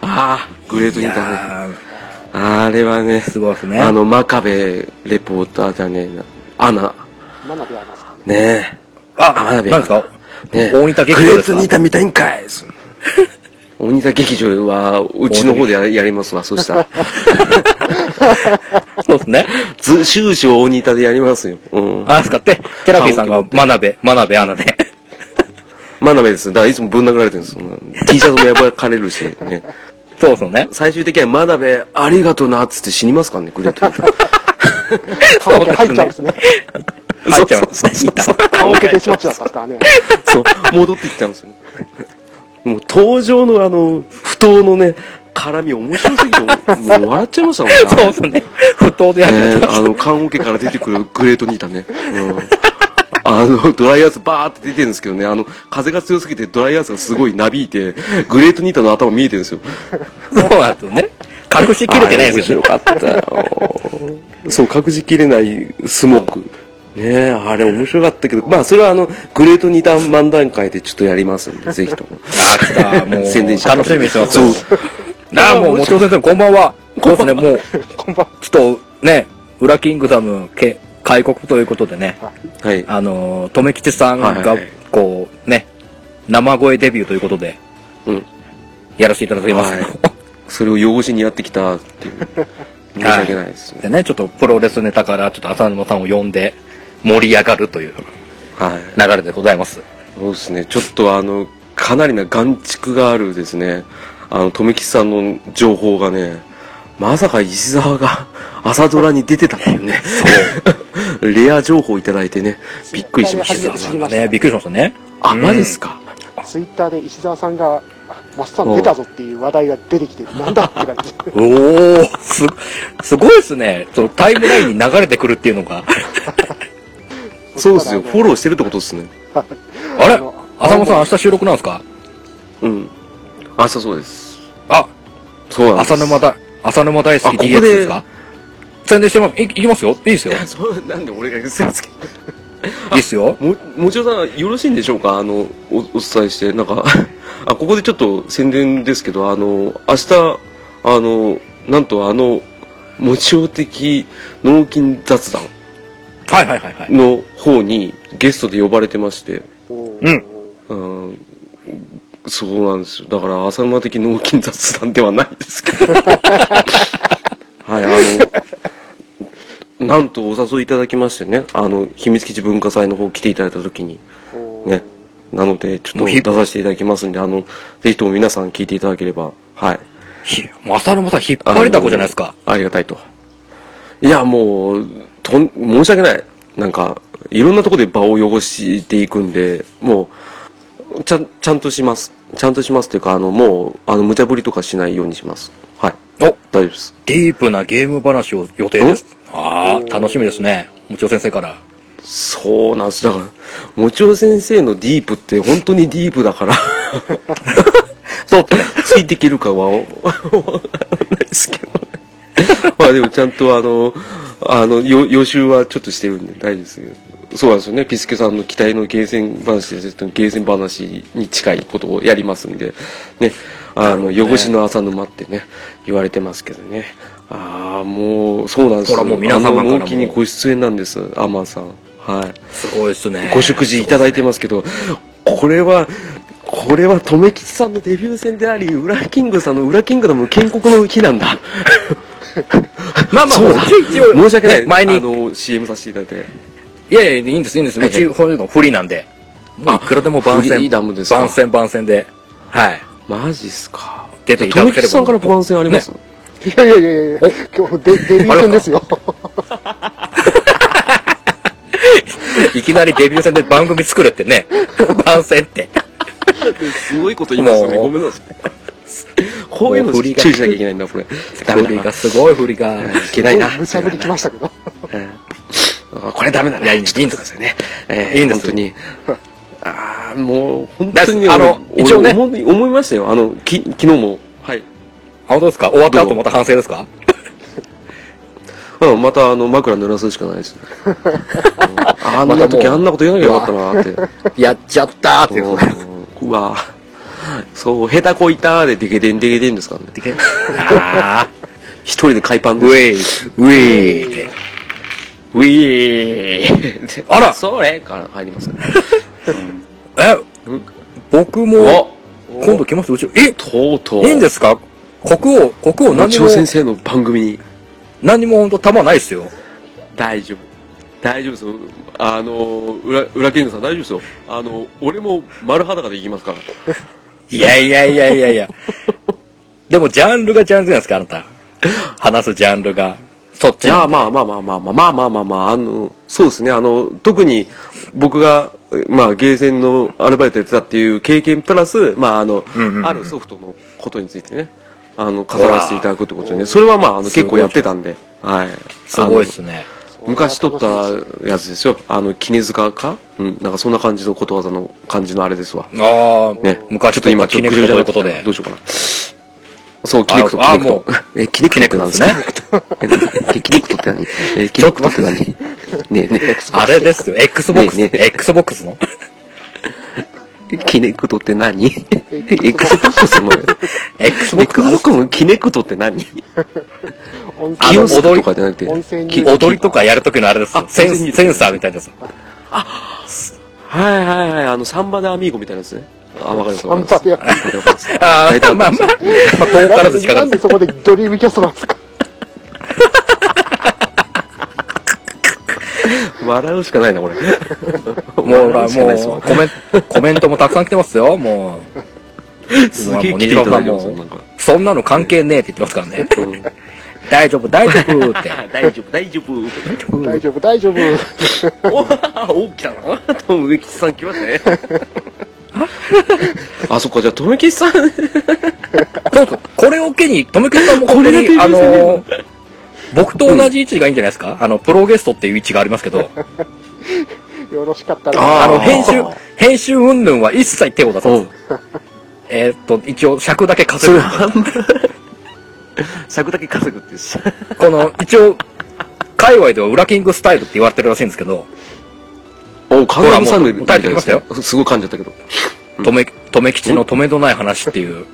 Speaker 2: らね。
Speaker 3: ああ、グレート
Speaker 1: い
Speaker 3: イン
Speaker 1: や
Speaker 3: ターネッ
Speaker 1: ー
Speaker 3: ト。あれはね、
Speaker 1: すごいですね。
Speaker 3: あの、真壁レポーターじゃねえな。アナ。
Speaker 2: 真鍋アナですかね。
Speaker 3: ね
Speaker 1: あ、
Speaker 3: 花火
Speaker 1: なんですか、
Speaker 3: え。ねえ
Speaker 1: 大仁田劇場です
Speaker 3: グレートイン
Speaker 1: か
Speaker 3: ター見たいんかい 大仁田劇場は、うちの方でややりますわ、そしたら。
Speaker 1: そうですね。
Speaker 3: ず、終始大仁田でやりますよ。うん。
Speaker 1: あ、ですかって、テラピーさんが真鍋、真鍋アナで。
Speaker 3: 真鍋です。だからいつもぶん殴られてるんですそんな。T シャツも破かれるし、ね。
Speaker 1: そうそうね。
Speaker 3: 最終的には真鍋、ありがとうな、っつって死にますからね、グレートインター。
Speaker 2: 顔が入っちゃうんですね。
Speaker 1: 入っちゃいますね。
Speaker 3: そうそうそう
Speaker 2: 顔受けてしまっちゃったですからね。
Speaker 3: そう、戻ってきたんですよ。もう登場のあの、不当のね、絡み面白すぎて、もうもう笑っちゃいましたもんね。
Speaker 1: そうですね。不当でや
Speaker 3: ね
Speaker 1: る。
Speaker 3: あの、缶オケから出てくるグレートニータね。うん。あの、ドライアースバーって出てるんですけどね、あの、風が強すぎてドライアースがすごいなびいて、グレートニータの頭見えてるんですよ。
Speaker 1: そうなんですよね。隠しきれてないですよね。
Speaker 3: あれ面白かったよ。そう、隠しきれないスモーク。ねえ、あれ面白かったけど、まあそれはあの、グレート二段漫談会でちょっとやりますんで、ぜひとも。
Speaker 1: あ、来た。もう、楽し
Speaker 3: 宣
Speaker 1: み
Speaker 3: 伝
Speaker 1: に
Speaker 3: しちゃった
Speaker 1: してます
Speaker 3: そう。
Speaker 1: なあ、もう、もちろん先生、こんばんは。そうですね、もう、
Speaker 2: こんばんは。
Speaker 1: ちょっと、ね、ウラキングダム、け、開国ということでね、
Speaker 3: はい。
Speaker 1: あのー、留吉さん
Speaker 3: はいは
Speaker 1: が
Speaker 3: いはい、
Speaker 1: こう、ね、生声デビューということで、
Speaker 3: うん。
Speaker 1: やらせていただきます。
Speaker 3: はいそれを養子にやってきたって いう。申し訳ないですね。
Speaker 1: でね、ちょっとプロレスネタから、ちょっと浅沼さんを呼んで、盛り上がるという
Speaker 3: はい。
Speaker 1: 流れでございます。
Speaker 3: そうですね。ちょっとあの、かなりな眼蓄があるですね。あの、留吉さんの情報がね、まさか石沢が 朝ドラに出てたっていうね。 レア情報をいただいてね、びっくりしまし
Speaker 2: 初め
Speaker 3: た
Speaker 2: て。知
Speaker 1: さ
Speaker 2: り
Speaker 1: んが
Speaker 2: ました
Speaker 1: ね、びっくりしましたね。
Speaker 3: あ、
Speaker 1: うん
Speaker 3: マジですか。
Speaker 2: ツイッターで石澤さんが、あマッサン出たぞっていう話題が出てきて、なんだって感じ。
Speaker 1: おー、す、すごいですね。そのタイムラインに流れてくるっていうのが。
Speaker 3: そうですよ。フォローしてるってことですね。
Speaker 1: あれ
Speaker 2: あの
Speaker 1: 浅野さん明日収録なんですか
Speaker 3: うん。あ、そうそうです。
Speaker 1: あ、
Speaker 3: そうなんです。
Speaker 1: 浅沼だ、浅沼大好き
Speaker 3: あここ
Speaker 1: DX
Speaker 3: で
Speaker 1: ですか宣伝してます。い、いきますよいいですよい
Speaker 3: そう、なんで俺が言ってんですか。
Speaker 1: いですよ
Speaker 3: も、もちろさん、よろしいんでしょうかあの、お、お伝えして、なんか、あ、ここでちょっと宣伝ですけど、あの、明日、あの、なんとあの、もちお的脳筋雑談
Speaker 1: はいはいはいはい。
Speaker 3: の方にゲストで呼ばれてまして、
Speaker 1: う。
Speaker 2: うん
Speaker 3: うん、そうなんですよ。だから、浅沼的脳筋雑談ではないですけ ど。はい、あの、なんとお誘いいただきましてね、あの、秘密基地文化祭の方来ていただいたときに、ね。なので、ちょっと
Speaker 1: もうひ
Speaker 3: 出させていただきますんで、あの、ぜひとも皆さん聞いていただければ、はい。
Speaker 1: ひもう浅沼さん引っ張りだこじゃないですか。
Speaker 3: あの。ありがたいと。いや、もう、とん、申し訳ない。なんか、いろんなとこで場を汚していくんで、もう、ちゃん、ちゃんとします。ちゃんとしますっていうか、あの、もう、あの、無茶ぶりとかしないようにします。はい。
Speaker 1: お
Speaker 3: 大丈夫です。
Speaker 1: ディープなゲーム話を予定です。ああ、楽しみですね。もちろん先生から。
Speaker 3: そうなんです。だから、もちろ先生のディープって本当にディープだから、
Speaker 1: そうですね。
Speaker 3: ついていけるかは、わ からないですけど。まあでもちゃんとあの、あの、よ予習はちょっとしてるんで大丈夫ですけど。そうなんですよね。ピスケさんの期待のゲーセン話ですと、ゲーセン話に近いことをやりますんで、ね。あの、汚しの浅沼ってね、言われてますけどね。ああ、もう、そうなんです
Speaker 1: ほらもう皆様
Speaker 3: あ
Speaker 1: からも
Speaker 3: の、大きにご出演なんです、アマンさん。はい。
Speaker 1: すごいですね。
Speaker 3: ご食事いただいてますけど、これは、これは、留吉さんのデビュー戦であり、ウラキングさんのウラキングダム建国の日な んだ。
Speaker 1: まあまあ、
Speaker 3: そうだ。
Speaker 1: 一応
Speaker 3: 申し訳ない。
Speaker 1: 前に
Speaker 3: あの、CM させていただいて。
Speaker 1: いやいや、いいんです、いいんです。
Speaker 3: は
Speaker 1: う
Speaker 3: いはい
Speaker 1: ち、こういうのフリーなんで。もういくらでも番
Speaker 3: フリ
Speaker 1: 宣。
Speaker 3: ーダムですか
Speaker 1: 番宣、番宣で。はい。
Speaker 3: マジっすか。
Speaker 1: 出ていただければ
Speaker 3: 留吉さんから番宣あります、
Speaker 2: いやいやいやいや、今日デデビュー戦ですよ。
Speaker 1: いきなりデビュー戦で番組作るって ね。番宣って。
Speaker 3: すごいこと
Speaker 1: 言いますよねご
Speaker 3: めんなさい。こういうの
Speaker 1: もう振りが
Speaker 3: 注意しなきゃいけないんだ、これ。ダ
Speaker 1: 振
Speaker 3: メだ
Speaker 1: り
Speaker 3: な。
Speaker 1: が
Speaker 3: い
Speaker 1: すごい振りが。
Speaker 3: けないな。
Speaker 2: 無茶ぶり来ましたけど。
Speaker 3: あこれダメだ
Speaker 1: いや
Speaker 3: ね。
Speaker 1: いいんです
Speaker 3: ちょっと待ってくださいね。えー
Speaker 1: いいんです
Speaker 3: 本当に。 ああ、もう、本
Speaker 1: だ
Speaker 3: 当に、
Speaker 1: あの
Speaker 3: 俺
Speaker 1: 一応ね
Speaker 3: 俺思い思いましたよ。あの、き、昨日も。はい。
Speaker 1: あ本当ですか終わった後また反省ですか
Speaker 3: うん、また、あの、枕濡らすしかないです ね。うんあんな
Speaker 1: ま
Speaker 3: 時
Speaker 1: たもう
Speaker 3: あんなこと言わなきゃよかったなって。
Speaker 1: やっちゃったーっていう。
Speaker 3: うんうわそう、下手こいたーで、でけでんでけでんですからね。
Speaker 1: あ
Speaker 3: 一人で海パン
Speaker 1: ーウ
Speaker 3: で
Speaker 1: ェ
Speaker 3: す。
Speaker 1: イ、ウェイって。
Speaker 3: ウィー
Speaker 1: あら
Speaker 3: それから入りますね。
Speaker 1: え、僕も、
Speaker 3: お
Speaker 1: 今度来ますうち、え、
Speaker 3: とうとう。
Speaker 1: いいんですか国王、国王
Speaker 3: も
Speaker 1: 何
Speaker 3: ち
Speaker 1: も
Speaker 3: ろ、先生の番組に。
Speaker 1: 何も本当弾ないっすよ。
Speaker 3: 大丈夫。大丈夫ですよ。あの、裏、裏キングさん大丈夫ですよ。あの、俺も丸裸で行きますから。
Speaker 1: いやいやいやいやいや。でもジャンルがジャンルじゃないですか、あなた。話すジャンルが。そっち
Speaker 3: い
Speaker 1: に。
Speaker 3: や、まあまあまあまあまあまあまあまあまあ、あの、そうですね。あの、特に僕が、まあ、ゲーセンのアルバイトやってたっていう経験プラス、まあ、あの、
Speaker 1: うんうんうん
Speaker 3: あるソフトのことについてね、あの、語らせていただくってことでね。それはまあ、あの、結構やってたんで、はい。
Speaker 1: すごいっすね。
Speaker 3: 昔撮ったやつですよ。あの、絹塚かうん、なんかそんな感じのことわざの感じのあれですわ。
Speaker 1: ああ、
Speaker 3: ね。
Speaker 1: 昔
Speaker 3: ちょっと今、ちょっと
Speaker 1: 記
Speaker 3: ぐ
Speaker 1: 念と
Speaker 3: じゃ
Speaker 1: い
Speaker 3: な
Speaker 1: うことで
Speaker 3: ど。うしようかな。そう、キネクト、
Speaker 1: あ
Speaker 3: キネクト
Speaker 1: あ。
Speaker 3: え、キネクトって何ですかえ、キネクトって何え、キネクトって何ねえねえ、
Speaker 1: あれですよ、Xbox、
Speaker 3: ねえね
Speaker 1: Xbox の。
Speaker 3: キネクトって何 ?Xbox の
Speaker 1: Xbox
Speaker 3: ?Xbox のキネクトって何
Speaker 2: 音声
Speaker 1: あ
Speaker 3: キ
Speaker 1: の
Speaker 3: オスクとかじゃなくて。
Speaker 2: 音声
Speaker 3: き
Speaker 2: 入
Speaker 3: は
Speaker 2: 力
Speaker 1: 踊りとかやるときのあれですよ
Speaker 3: あ
Speaker 1: セン
Speaker 3: 全然いい
Speaker 1: ス。
Speaker 3: です
Speaker 1: センサーみたいなやつ。
Speaker 3: いはいはい、あの、サンバでアミーゴみたいなやつね。あ、わかりますわかります。
Speaker 2: サンバで
Speaker 3: わかります
Speaker 1: あ
Speaker 3: 大体
Speaker 1: あ、
Speaker 3: わ
Speaker 1: ま
Speaker 3: か
Speaker 1: あまあ、まあ、
Speaker 3: ります
Speaker 1: 遠からず近
Speaker 2: な
Speaker 1: か
Speaker 2: ん
Speaker 1: っ
Speaker 2: で
Speaker 1: た。
Speaker 2: そこでドリームキャストなんですか
Speaker 3: 笑うしかないな、これ。
Speaker 1: もう、
Speaker 3: 笑
Speaker 1: まあ
Speaker 3: うしかないです
Speaker 1: もう、
Speaker 3: わ
Speaker 1: コメント、コメントもたくさん来てますよ、もう。
Speaker 3: すげえ来ていただきますよ、なんか。
Speaker 1: そんなの関係ねえって言ってますからね。
Speaker 3: うん
Speaker 1: 大丈夫、大丈夫って。
Speaker 3: 大丈夫、大丈夫。
Speaker 2: 大丈夫、大丈夫。
Speaker 3: おー大きなな。トム・ウキさん来ましたね。あ、そっか、じゃあ、トム・キさん、
Speaker 1: そうそう。これを機に、とめきさんも
Speaker 3: こ
Speaker 1: こ
Speaker 3: れだ
Speaker 1: れ
Speaker 3: け言
Speaker 1: に、あ
Speaker 3: いましたね
Speaker 1: の、僕と同じ位置がいいんじゃないですかあの、プロゲストっていう位置がありますけど、
Speaker 2: よろしかった
Speaker 3: あー
Speaker 2: ら。
Speaker 1: あの、編集、編集云々は一切手を出さ
Speaker 3: う
Speaker 1: ず
Speaker 3: ん、。
Speaker 1: えーっと、一応尺だけ
Speaker 3: そ
Speaker 1: 稼
Speaker 3: れ
Speaker 1: ぐ。
Speaker 3: 半分。尺だけ稼ぐってさ。
Speaker 1: この、一応、界隈では裏キングスタイルって言われてるらしいんですけど、
Speaker 3: お、カンガムサン
Speaker 1: ほらも
Speaker 3: デー
Speaker 1: うもう帰ってきましたよ
Speaker 3: すごい噛んじゃったけど。
Speaker 1: とめ、とめきちのとめどない話っていう、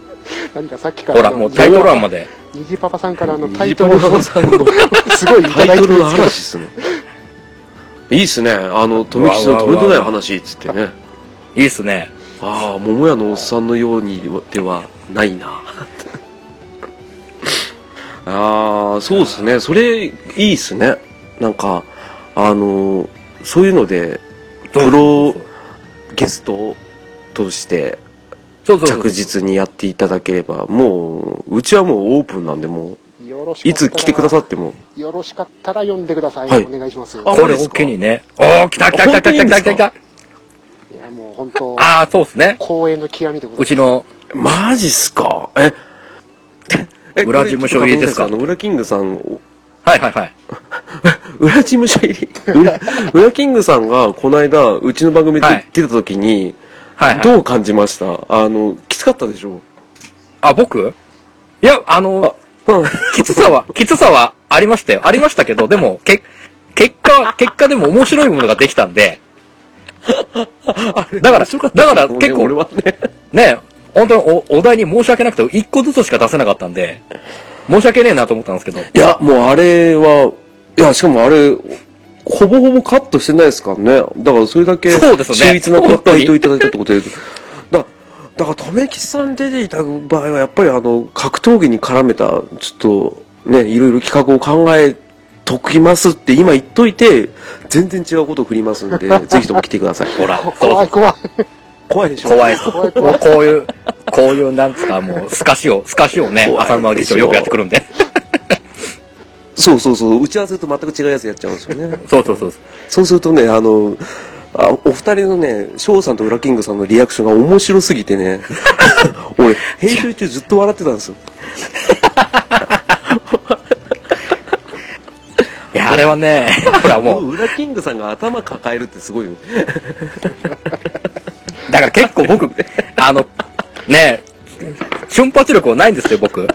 Speaker 2: 何かさっきから
Speaker 1: ほ
Speaker 2: の。
Speaker 1: ら、もうタイトル案まで。
Speaker 2: 虹パパさんからのタイトルを
Speaker 3: カンガム
Speaker 2: す
Speaker 3: サンデー
Speaker 2: ごいい
Speaker 3: タ
Speaker 2: ただ
Speaker 3: イ
Speaker 2: いてる
Speaker 3: トル
Speaker 2: んですけ
Speaker 3: の
Speaker 2: ど
Speaker 3: 話っすね。いいっすね。あの、とめきちのとめどない話っつってね。
Speaker 1: いいっすね。
Speaker 3: ああ、桃屋のおっさんのようにではないな。 ああ、そうですね。それ、いいっすね。なんか、あの、そういうので、プロゲストとして、
Speaker 1: そうそうそう
Speaker 3: 着実にやっていただければ、もう、うちはもうオープンなんで、も
Speaker 2: よろし
Speaker 3: う、
Speaker 2: か
Speaker 3: い
Speaker 2: ったら
Speaker 3: つ来てくださっても。
Speaker 2: よろしかったら読んでください。
Speaker 3: はい
Speaker 2: お願いします。
Speaker 3: あ
Speaker 1: これを機にね。おー、来た来た来た来た来た来た来た。
Speaker 2: いや、もう本当、
Speaker 1: あー、そうっすね。
Speaker 2: 光栄の極みでござ
Speaker 1: う
Speaker 2: います。
Speaker 1: ちの、
Speaker 3: マジっすかえ、え
Speaker 1: 裏事務所入りですか
Speaker 3: あの、裏キングさん、お
Speaker 1: はいはいはい。
Speaker 3: 裏事務所入り、裏、裏キングさんが、この間、うちの番組で
Speaker 1: はい
Speaker 3: 出た時に、
Speaker 1: はいはい。
Speaker 3: どう感じましたあの、きつかったでしょ
Speaker 1: あ、僕いや、あの、
Speaker 3: うん。
Speaker 1: きつさは、きつさはありましたよ。ありましたけど、でも、け、結果、結果でも面白いものができたん で、だから
Speaker 3: 面白った
Speaker 1: だから
Speaker 3: もうね
Speaker 1: 結構
Speaker 3: 俺はね。
Speaker 1: ね、本当におお題に申し訳なくて、一個ずつしか出せなかったんで、申し訳ねえなと思ったんですけど、
Speaker 3: いや、もうあれは、いや、しかもあれ、ほぼほぼカットしてないですからね。だからそれだけ、
Speaker 1: そうですね
Speaker 3: 秀逸なご
Speaker 1: 本当
Speaker 3: 回
Speaker 1: に
Speaker 3: 答いただいたってことで。だだから、とめきさん出ていただく場合は、やっぱりあの、格闘技に絡めた、ちょっと、ね、いろいろ企画を考えときますって今言っといて、全然違うことを振りま すんで、ぜひとも来てください。
Speaker 1: ほら、
Speaker 2: 怖い怖い。
Speaker 3: 怖いでしょ
Speaker 1: 怖い。
Speaker 2: 怖い
Speaker 1: もうこういう、こういう、なんつうか、もう、透かしを、透かしをね、
Speaker 3: 怖い
Speaker 1: 浅沼議長よくやってくるんで。
Speaker 3: そうそうそう、打ち合わせと全く違うやつやっちゃうんですよね。
Speaker 1: そうそうそう。
Speaker 3: そうするとね、あの、あお二人のね、翔さんと裏キングさんのリアクションが面白すぎてね、 俺、編集中ずっと笑ってたんですよ。
Speaker 1: いや、あれはね、ほらもう、
Speaker 3: 裏キングさんが頭抱えるってすごいよね。
Speaker 1: だから結構僕、あの、ね瞬発力はないんですよ、僕。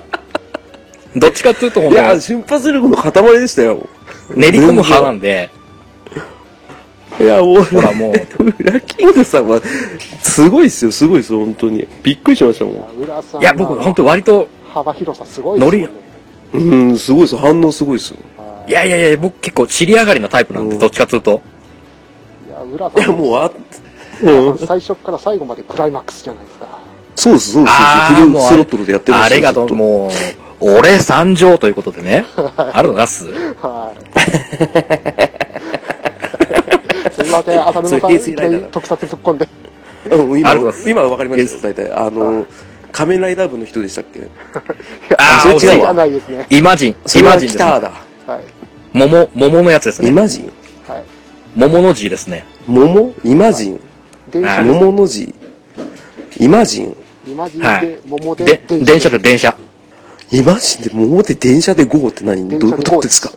Speaker 1: どっちかっていうと、ほん
Speaker 3: い
Speaker 1: と
Speaker 3: や、瞬発力の塊でしたよ。
Speaker 1: 練り込む派なんで、
Speaker 3: いや、もう、
Speaker 1: ほらもう、
Speaker 3: 裏キングさんは、すごいっすよ、すごいっすよ、本当に。びっくりしましたもん。
Speaker 2: 浦さん
Speaker 1: いや、僕、ほんと割と、
Speaker 2: 幅広さすごいですよね。
Speaker 3: うん、すごいっすよ、反応すごいっすよ。
Speaker 1: いやいやいや、僕結構尻上がりなタイプなんで、どっちかっていうと。
Speaker 2: いや、浦
Speaker 3: いや、
Speaker 2: さん、
Speaker 3: もう、あ、うん、
Speaker 2: 最初から最後までクライマックスじゃないですか。
Speaker 3: そうです、そうです、
Speaker 1: あ
Speaker 3: フ
Speaker 1: あ、
Speaker 3: ル
Speaker 1: もう
Speaker 3: スロットルでやってま
Speaker 1: あ
Speaker 3: した
Speaker 1: れ
Speaker 3: よ
Speaker 1: がと、
Speaker 3: ずっ
Speaker 1: もう、俺参上ということで ね、あるのなす。
Speaker 2: はい。すみません、浅沼さん、
Speaker 3: それ言い過ぎないだろ
Speaker 2: 一回特撮突っ込んで。
Speaker 3: う
Speaker 1: あ
Speaker 3: ん、今
Speaker 1: りがとうございま、す
Speaker 3: 今わかりましたよ、大体。あの、仮面ライダー部の人でしたっけ
Speaker 1: あ
Speaker 3: それ
Speaker 1: あ、
Speaker 3: 違う
Speaker 1: 違う
Speaker 2: じゃ
Speaker 1: わ。
Speaker 2: ないですね。
Speaker 1: イマジン、
Speaker 3: そ
Speaker 1: イ
Speaker 3: れは
Speaker 1: マジンで
Speaker 3: ギ
Speaker 1: す、
Speaker 3: ター
Speaker 1: ね。
Speaker 3: だ。
Speaker 2: はい。
Speaker 1: 桃、桃のやつです
Speaker 3: イ
Speaker 1: ね。
Speaker 3: マジン
Speaker 2: はい。
Speaker 1: 桃の字ですね。
Speaker 3: 桃イマジン
Speaker 2: 電
Speaker 1: は
Speaker 2: 車
Speaker 1: い
Speaker 2: で、
Speaker 3: 桃の字。イマジン
Speaker 2: イマジン
Speaker 1: は
Speaker 2: で
Speaker 1: い、
Speaker 2: 桃で、
Speaker 1: で、電車で電車。
Speaker 3: イマジンで桃で電車で GO って何どういうことですか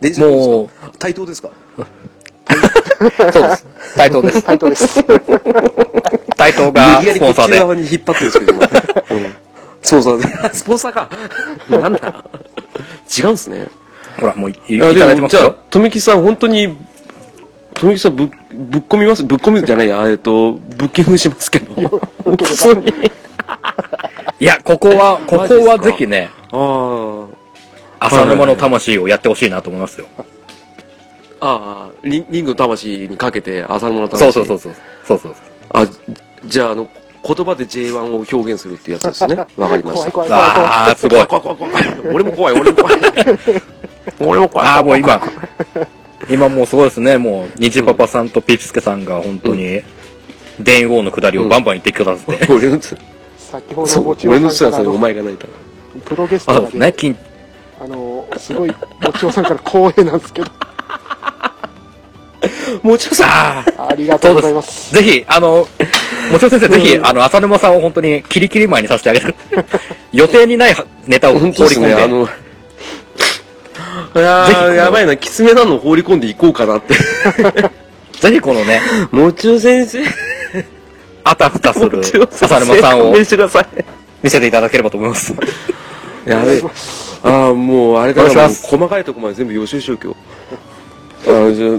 Speaker 3: 電車で GO ですか対等ですか
Speaker 1: そうです。対等です。
Speaker 2: タイトルです。
Speaker 1: 対等が
Speaker 3: 無理
Speaker 1: ス
Speaker 3: やり
Speaker 1: ポン
Speaker 3: こっ
Speaker 1: サー
Speaker 3: ち
Speaker 1: で。
Speaker 3: 側に引っ張ってるんですけど、 今うんそうそう。 スポンサーか。なんだ違うんすね。
Speaker 1: ほら、もうい、い
Speaker 3: いや
Speaker 1: ただ
Speaker 3: で
Speaker 1: いて
Speaker 3: も
Speaker 1: ます
Speaker 3: じゃあ
Speaker 1: よ。、
Speaker 3: とめきさん、本当に、富木さんぶ、ぶっ込みますぶっ込みじゃないや、えっと、 ぶっけふしますけど。本当に。
Speaker 1: いや、ここは、こ
Speaker 3: マジで
Speaker 1: こ
Speaker 3: す
Speaker 1: は
Speaker 3: か
Speaker 1: ぜひね、
Speaker 3: あ
Speaker 1: 浅沼の魂をやってほしいなと思いますよ。
Speaker 3: あ。ああ、リンリングの魂にかけて、浅沼の魂。
Speaker 1: そうそうそう。そう。そうそうそう。
Speaker 3: あ、じゃあ、あの、言葉で J1 を表現するってやつ ですね。わかりまし
Speaker 2: 怖い。怖い怖い怖
Speaker 3: た
Speaker 2: い
Speaker 1: ああ、すごい。
Speaker 3: 怖い怖い怖い怖 い。俺も怖い、俺も怖い。 俺も怖い。
Speaker 1: ああ、もう今、 今もうすごいですね。もう、虹パパさんとピーチスケさんが本当に、電王の下りをバンバン言ってくださ って。
Speaker 3: 俺のつ、
Speaker 2: 先ほど
Speaker 3: そう
Speaker 2: もち
Speaker 3: 俺
Speaker 2: お
Speaker 3: のつ
Speaker 2: さん
Speaker 3: は
Speaker 2: か
Speaker 3: そ
Speaker 2: ら
Speaker 3: れ
Speaker 2: の
Speaker 3: お前がないから。
Speaker 2: プロゲス
Speaker 1: あ、
Speaker 2: ト
Speaker 1: そうで
Speaker 2: が
Speaker 1: すね。
Speaker 2: で
Speaker 1: 金、
Speaker 2: あのすごいもちおさんから光栄なんです けど
Speaker 3: もうちょさ、
Speaker 1: ああ、
Speaker 2: ありがとうございます
Speaker 1: ぜひ、あの、もちろん先生、ぜひ、あの、浅沼さんを本当に、キリキリ前にさせてあげる。 予定にないネタを放り
Speaker 3: 本当で
Speaker 1: 込
Speaker 3: す
Speaker 1: ん
Speaker 3: ね、
Speaker 1: で。
Speaker 3: あの、いや
Speaker 1: ぜひこの
Speaker 3: ー、やばいな、きつめなの放り込んでいこうかなって。
Speaker 1: ぜひこのね、
Speaker 3: もちろ先生、
Speaker 1: あたふたす
Speaker 3: も
Speaker 1: る
Speaker 3: ちろ先生、
Speaker 1: 浅沼さんを
Speaker 3: 勘弁してください。
Speaker 1: 見せていただければと思います。
Speaker 3: やべえ。ああ、もう、あれだ
Speaker 1: お願
Speaker 3: な、
Speaker 1: い
Speaker 3: も
Speaker 1: し
Speaker 3: う
Speaker 1: ます
Speaker 3: 細かいとこまで全部予習しよう、今日。ああ、じゃあ、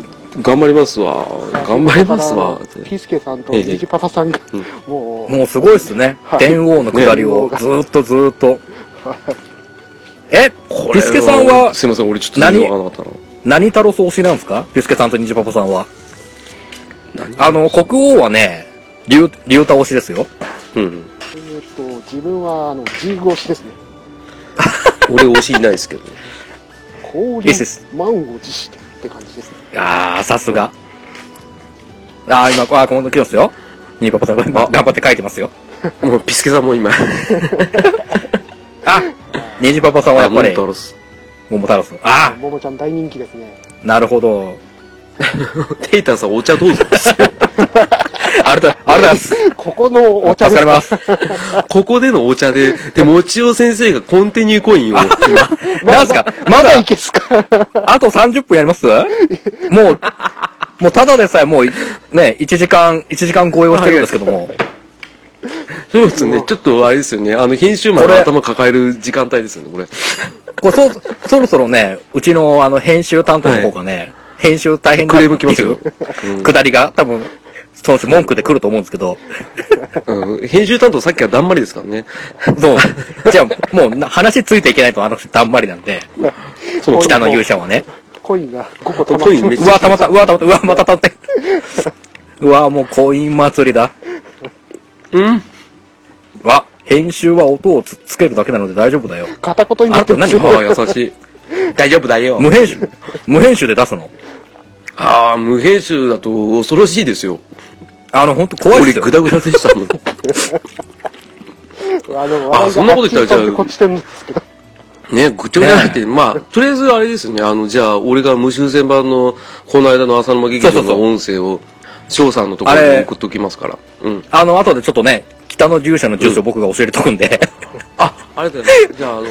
Speaker 3: 頑張りますわ。頑張りますわ。
Speaker 2: だからピースケさんと
Speaker 3: ええ
Speaker 2: ニジパパさんが
Speaker 3: うん
Speaker 2: もう
Speaker 1: もうすごいですね。
Speaker 2: はい
Speaker 1: 電王の下りを、ずーっとずーっと。え、ピスケさんは、
Speaker 3: すいません、俺ちょっと全然わからなかったな。
Speaker 1: 何太郎推しなんですかピスケさんとニジパパさんは。
Speaker 3: 何
Speaker 1: あの、国王はね、竜、竜太推しですよ。
Speaker 3: うん。
Speaker 2: えーっと自分はあのジーグ推しですね
Speaker 3: 俺推しいないですけど。
Speaker 2: 氷
Speaker 1: いいです
Speaker 2: 満を持してって感じですね
Speaker 1: あー、さすが。あー、今、あー、この時ですよ。ニジパパさんが今頑張って書いてますよ。
Speaker 3: もう、ピスケさんも今、
Speaker 1: あ、ニジパパさんはやっぱ
Speaker 3: モン
Speaker 1: り
Speaker 3: タ、ロス。
Speaker 1: 桃太郎さん。あ
Speaker 2: ももちゃん大人気ですね
Speaker 1: ー、なるほど。
Speaker 3: テイタンさん、お茶どうぞ。
Speaker 1: あれだ、あれだっす。
Speaker 2: ここのお茶
Speaker 1: 助
Speaker 2: で
Speaker 1: か
Speaker 2: す
Speaker 1: ります。
Speaker 3: ここでのお茶で、で、もちお先生がコンティニューコインを、
Speaker 1: なんすか ま
Speaker 2: まだ
Speaker 1: だ
Speaker 2: いけっすか
Speaker 1: あと30分やりますもう、もうただでさえもう、ね、1時間、1時間超えをしてるんですけども。
Speaker 3: そうですね、ちょっとあれですよね、あの、編集マンの頭抱える時間帯ですよね、これ。
Speaker 1: これそ、そろそろね、うちのあの編集担当の方がね、編集大変だ
Speaker 3: クレーム来ますよ
Speaker 1: っていう
Speaker 3: うん
Speaker 1: くだりが多分、そうです、文句で来ると思うんですけ ど。
Speaker 3: うん、編集担当さっきはだんまりですからね。
Speaker 1: そう。じゃあ、もうな話ついていけないとあの人だんまりなんで、
Speaker 3: そう、
Speaker 1: 北の勇者はね。
Speaker 2: コインが5個溜まっ
Speaker 3: コイ
Speaker 2: て
Speaker 3: ン
Speaker 2: ま
Speaker 3: めっ
Speaker 2: す
Speaker 1: う
Speaker 3: ちゃ
Speaker 1: わ、たまった、うわ、たまった、うわ、またたって。うわ、もうコイン祭りだ。
Speaker 3: うん。
Speaker 1: わ、編集は音をつつけるだけなので大丈夫だよ。
Speaker 2: 片言にな
Speaker 1: あ
Speaker 2: って
Speaker 1: と
Speaker 2: ま
Speaker 1: 何
Speaker 2: すよ
Speaker 3: ああ、優しい。大丈夫だよ
Speaker 1: 無編集、無編集で出すの
Speaker 3: ああ、無編集だと恐ろしいですよ。
Speaker 1: あの、ほんと怖いで
Speaker 3: 俺、
Speaker 1: すよ
Speaker 3: グ。ダグダでし たもん。
Speaker 2: あの
Speaker 3: あそんなこと言ったらじゃあ
Speaker 2: こっち点ですけど
Speaker 3: ね、ぐちゃぐちゃになって、まあ、とりあえずあれですよね、あの、じゃあ、俺が無修正版の、この間の浅沼劇場
Speaker 1: そうそうそ
Speaker 3: の
Speaker 1: う
Speaker 3: 音声を、翔さんのところ
Speaker 1: あ
Speaker 3: に
Speaker 1: れ
Speaker 3: 送っときますから。うん。
Speaker 1: あの、後でちょっとね、北の従者の住所僕が教えとくんで。
Speaker 3: あ、ありがとうございます。じゃあ、あの、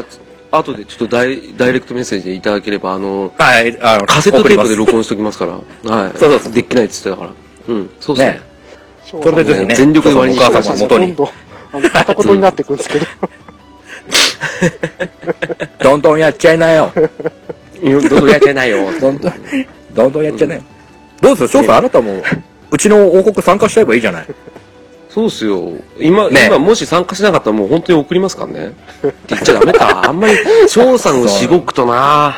Speaker 1: はい
Speaker 3: じゃああ、後でちょっとダイダイレクトメッセージでいただければ、あの、
Speaker 1: はい、あの、
Speaker 3: カセットテー
Speaker 1: 送
Speaker 3: プで
Speaker 1: り
Speaker 3: 録音しときますから。はい。
Speaker 1: そうそうそう
Speaker 3: できないって言ってたから。うん。そう
Speaker 1: ます
Speaker 3: ですね。
Speaker 1: ね。これでぜひね、
Speaker 3: 全力で割り
Speaker 1: お
Speaker 3: 切って
Speaker 1: 母
Speaker 3: くだ
Speaker 1: 様
Speaker 3: さい
Speaker 1: の元
Speaker 2: どん
Speaker 1: に、
Speaker 2: どんあの片言になってくん ですけど
Speaker 1: どんどんやっちゃいな よ。
Speaker 3: い やどうやってないよ。
Speaker 1: どんどん、どんどんやっちゃいなよ。どうです翔さん、あなたも、うちの王国参加しちゃえばいいじゃない。
Speaker 3: そうっすよ。今、
Speaker 1: ね
Speaker 3: 今もし参加しなかったらもう本当に送りますからね。って言っちゃダメか。あんまり、翔さんをしごくとな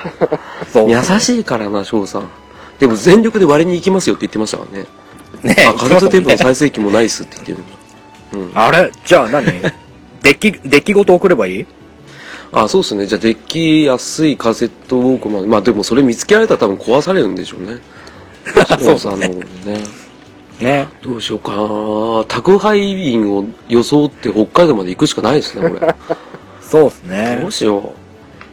Speaker 1: そう。
Speaker 3: 優しいからな、翔さん。でも全力で割りに行きますよって言ってましたからね。
Speaker 1: ね
Speaker 3: あ、カセットテープの再生機もないっすって言ってる。
Speaker 1: あれじゃあ何デッキ、デッキごと送ればいい
Speaker 3: あ、そうっすね。じゃあ、デッキ安いカセットウォークマン。まあでもそれ見つけられたら多分壊されるんでしょう ね。翔さんのね。
Speaker 1: ね。
Speaker 3: どうしようかな宅配便を装って北海道まで行くしかないですね、これ。
Speaker 1: そうっすね
Speaker 3: どう。しよう。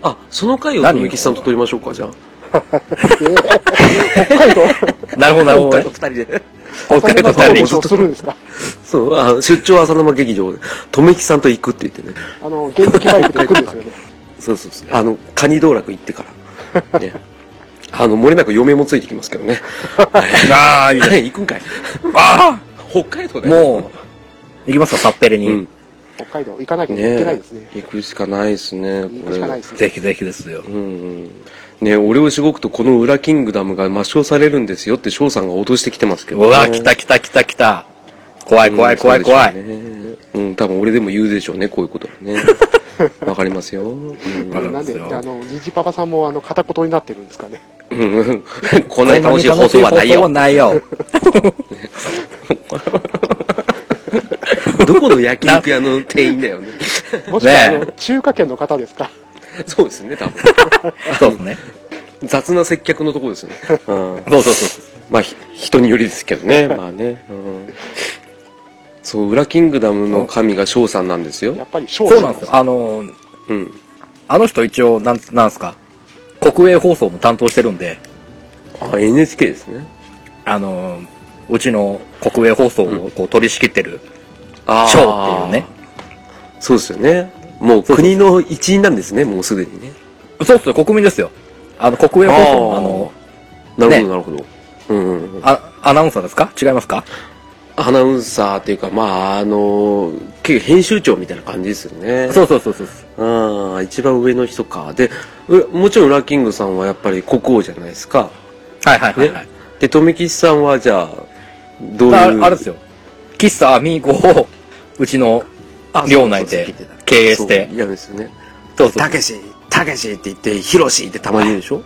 Speaker 3: あ、その回を
Speaker 1: 何
Speaker 3: 富木さんと撮りましょうか、じゃあ。
Speaker 1: なるほど、なるほどね。
Speaker 3: 北海道二人で。
Speaker 1: お疲れ
Speaker 2: そん
Speaker 1: と
Speaker 2: なこ
Speaker 1: 二
Speaker 2: と
Speaker 1: 人
Speaker 2: をするんですか
Speaker 3: そう、あ出張浅沼劇場で、富木さんと行くって言ってね。
Speaker 2: あの原付バイクで来るんですよね
Speaker 3: そうそうそう。あの、カニ道楽行ってから。ね。あの、漏れなく嫁もついてきますけどね。
Speaker 1: ああ、いいじゃん。
Speaker 3: 行くんかい。
Speaker 1: あ
Speaker 3: 北海道
Speaker 1: あ
Speaker 3: で。
Speaker 1: もう、行きますか、サッペレ
Speaker 3: う
Speaker 1: に。
Speaker 3: うん。
Speaker 2: 北海道行かなきゃい
Speaker 3: ねえ
Speaker 2: けないですね。
Speaker 3: 行くしかないですね、これ。
Speaker 2: 行くしかないですね。
Speaker 1: ぜひぜひですよ。
Speaker 3: うんうん。ねえ俺をしごくとこの裏キングダムが抹消されるんですよって翔さんが脅してきてますけ
Speaker 1: う
Speaker 3: どね、
Speaker 1: わ、来た来た来た来た。怖い怖い怖い怖
Speaker 3: う
Speaker 1: い。
Speaker 3: ん、そうでしょうねうん多分俺でも言うでしょうね、こういうことは ね。わかりますよ。うん
Speaker 1: わ かる
Speaker 2: なん
Speaker 1: で
Speaker 2: で、
Speaker 1: すよ
Speaker 2: あの、虹パパさんも、あの、片言になってるんですかね。
Speaker 3: うんこんなに楽しい放送はない
Speaker 1: こ
Speaker 3: よ
Speaker 1: ん。なに楽しい放送はないよ。
Speaker 3: どこの焼肉屋の店員だ よね。
Speaker 2: もしくは、あ
Speaker 1: ねえ
Speaker 2: の、中華圏の方ですか。
Speaker 3: そうですね、多分。
Speaker 1: そうですね。
Speaker 3: 雑な接客のところですよね。うん
Speaker 1: そうそうそう。
Speaker 3: まあ、ひ人によりですけど ね、まあね。うんそう、裏キングダムの神が翔さんなんですよ
Speaker 2: や。っぱり、
Speaker 1: そうなんですよ。あのー、
Speaker 3: うん。
Speaker 1: あの人一応、なん、なんすか、国営放送も担当してるんで、
Speaker 3: あ、NHK ですね。
Speaker 1: あのー、うちの国営放送をこう取り仕切ってる、
Speaker 3: あー
Speaker 1: ショーっていうね。。
Speaker 3: そうですよね。もう国の一員なんですね、もうすでにね。
Speaker 1: そうっすよ、国民ですよ。あの、国営放送の
Speaker 3: あー
Speaker 1: あの、
Speaker 3: なるほ
Speaker 1: ね
Speaker 3: ど、なるほど。うんうんうん。
Speaker 1: あ、アナウンサーですか違いますか
Speaker 3: アナウンサーっていうか、まあ、あの、結構編集長みたいな感じですよね。
Speaker 1: そうそうそうそう。
Speaker 3: ああ、一番上の人か。で、うもちろんラキングさんはやっぱり国王じゃないですか。
Speaker 1: はいはいはいはい
Speaker 3: ね。で、富吉さんはじゃあ、どう
Speaker 1: だ
Speaker 3: いう。
Speaker 1: あれですよ。喫茶ミーコを、うちの領内で経営して
Speaker 3: そう、やるんですよね。
Speaker 1: そうそう
Speaker 3: たけし、たけしって言って、ひろしってたまに言うでしょ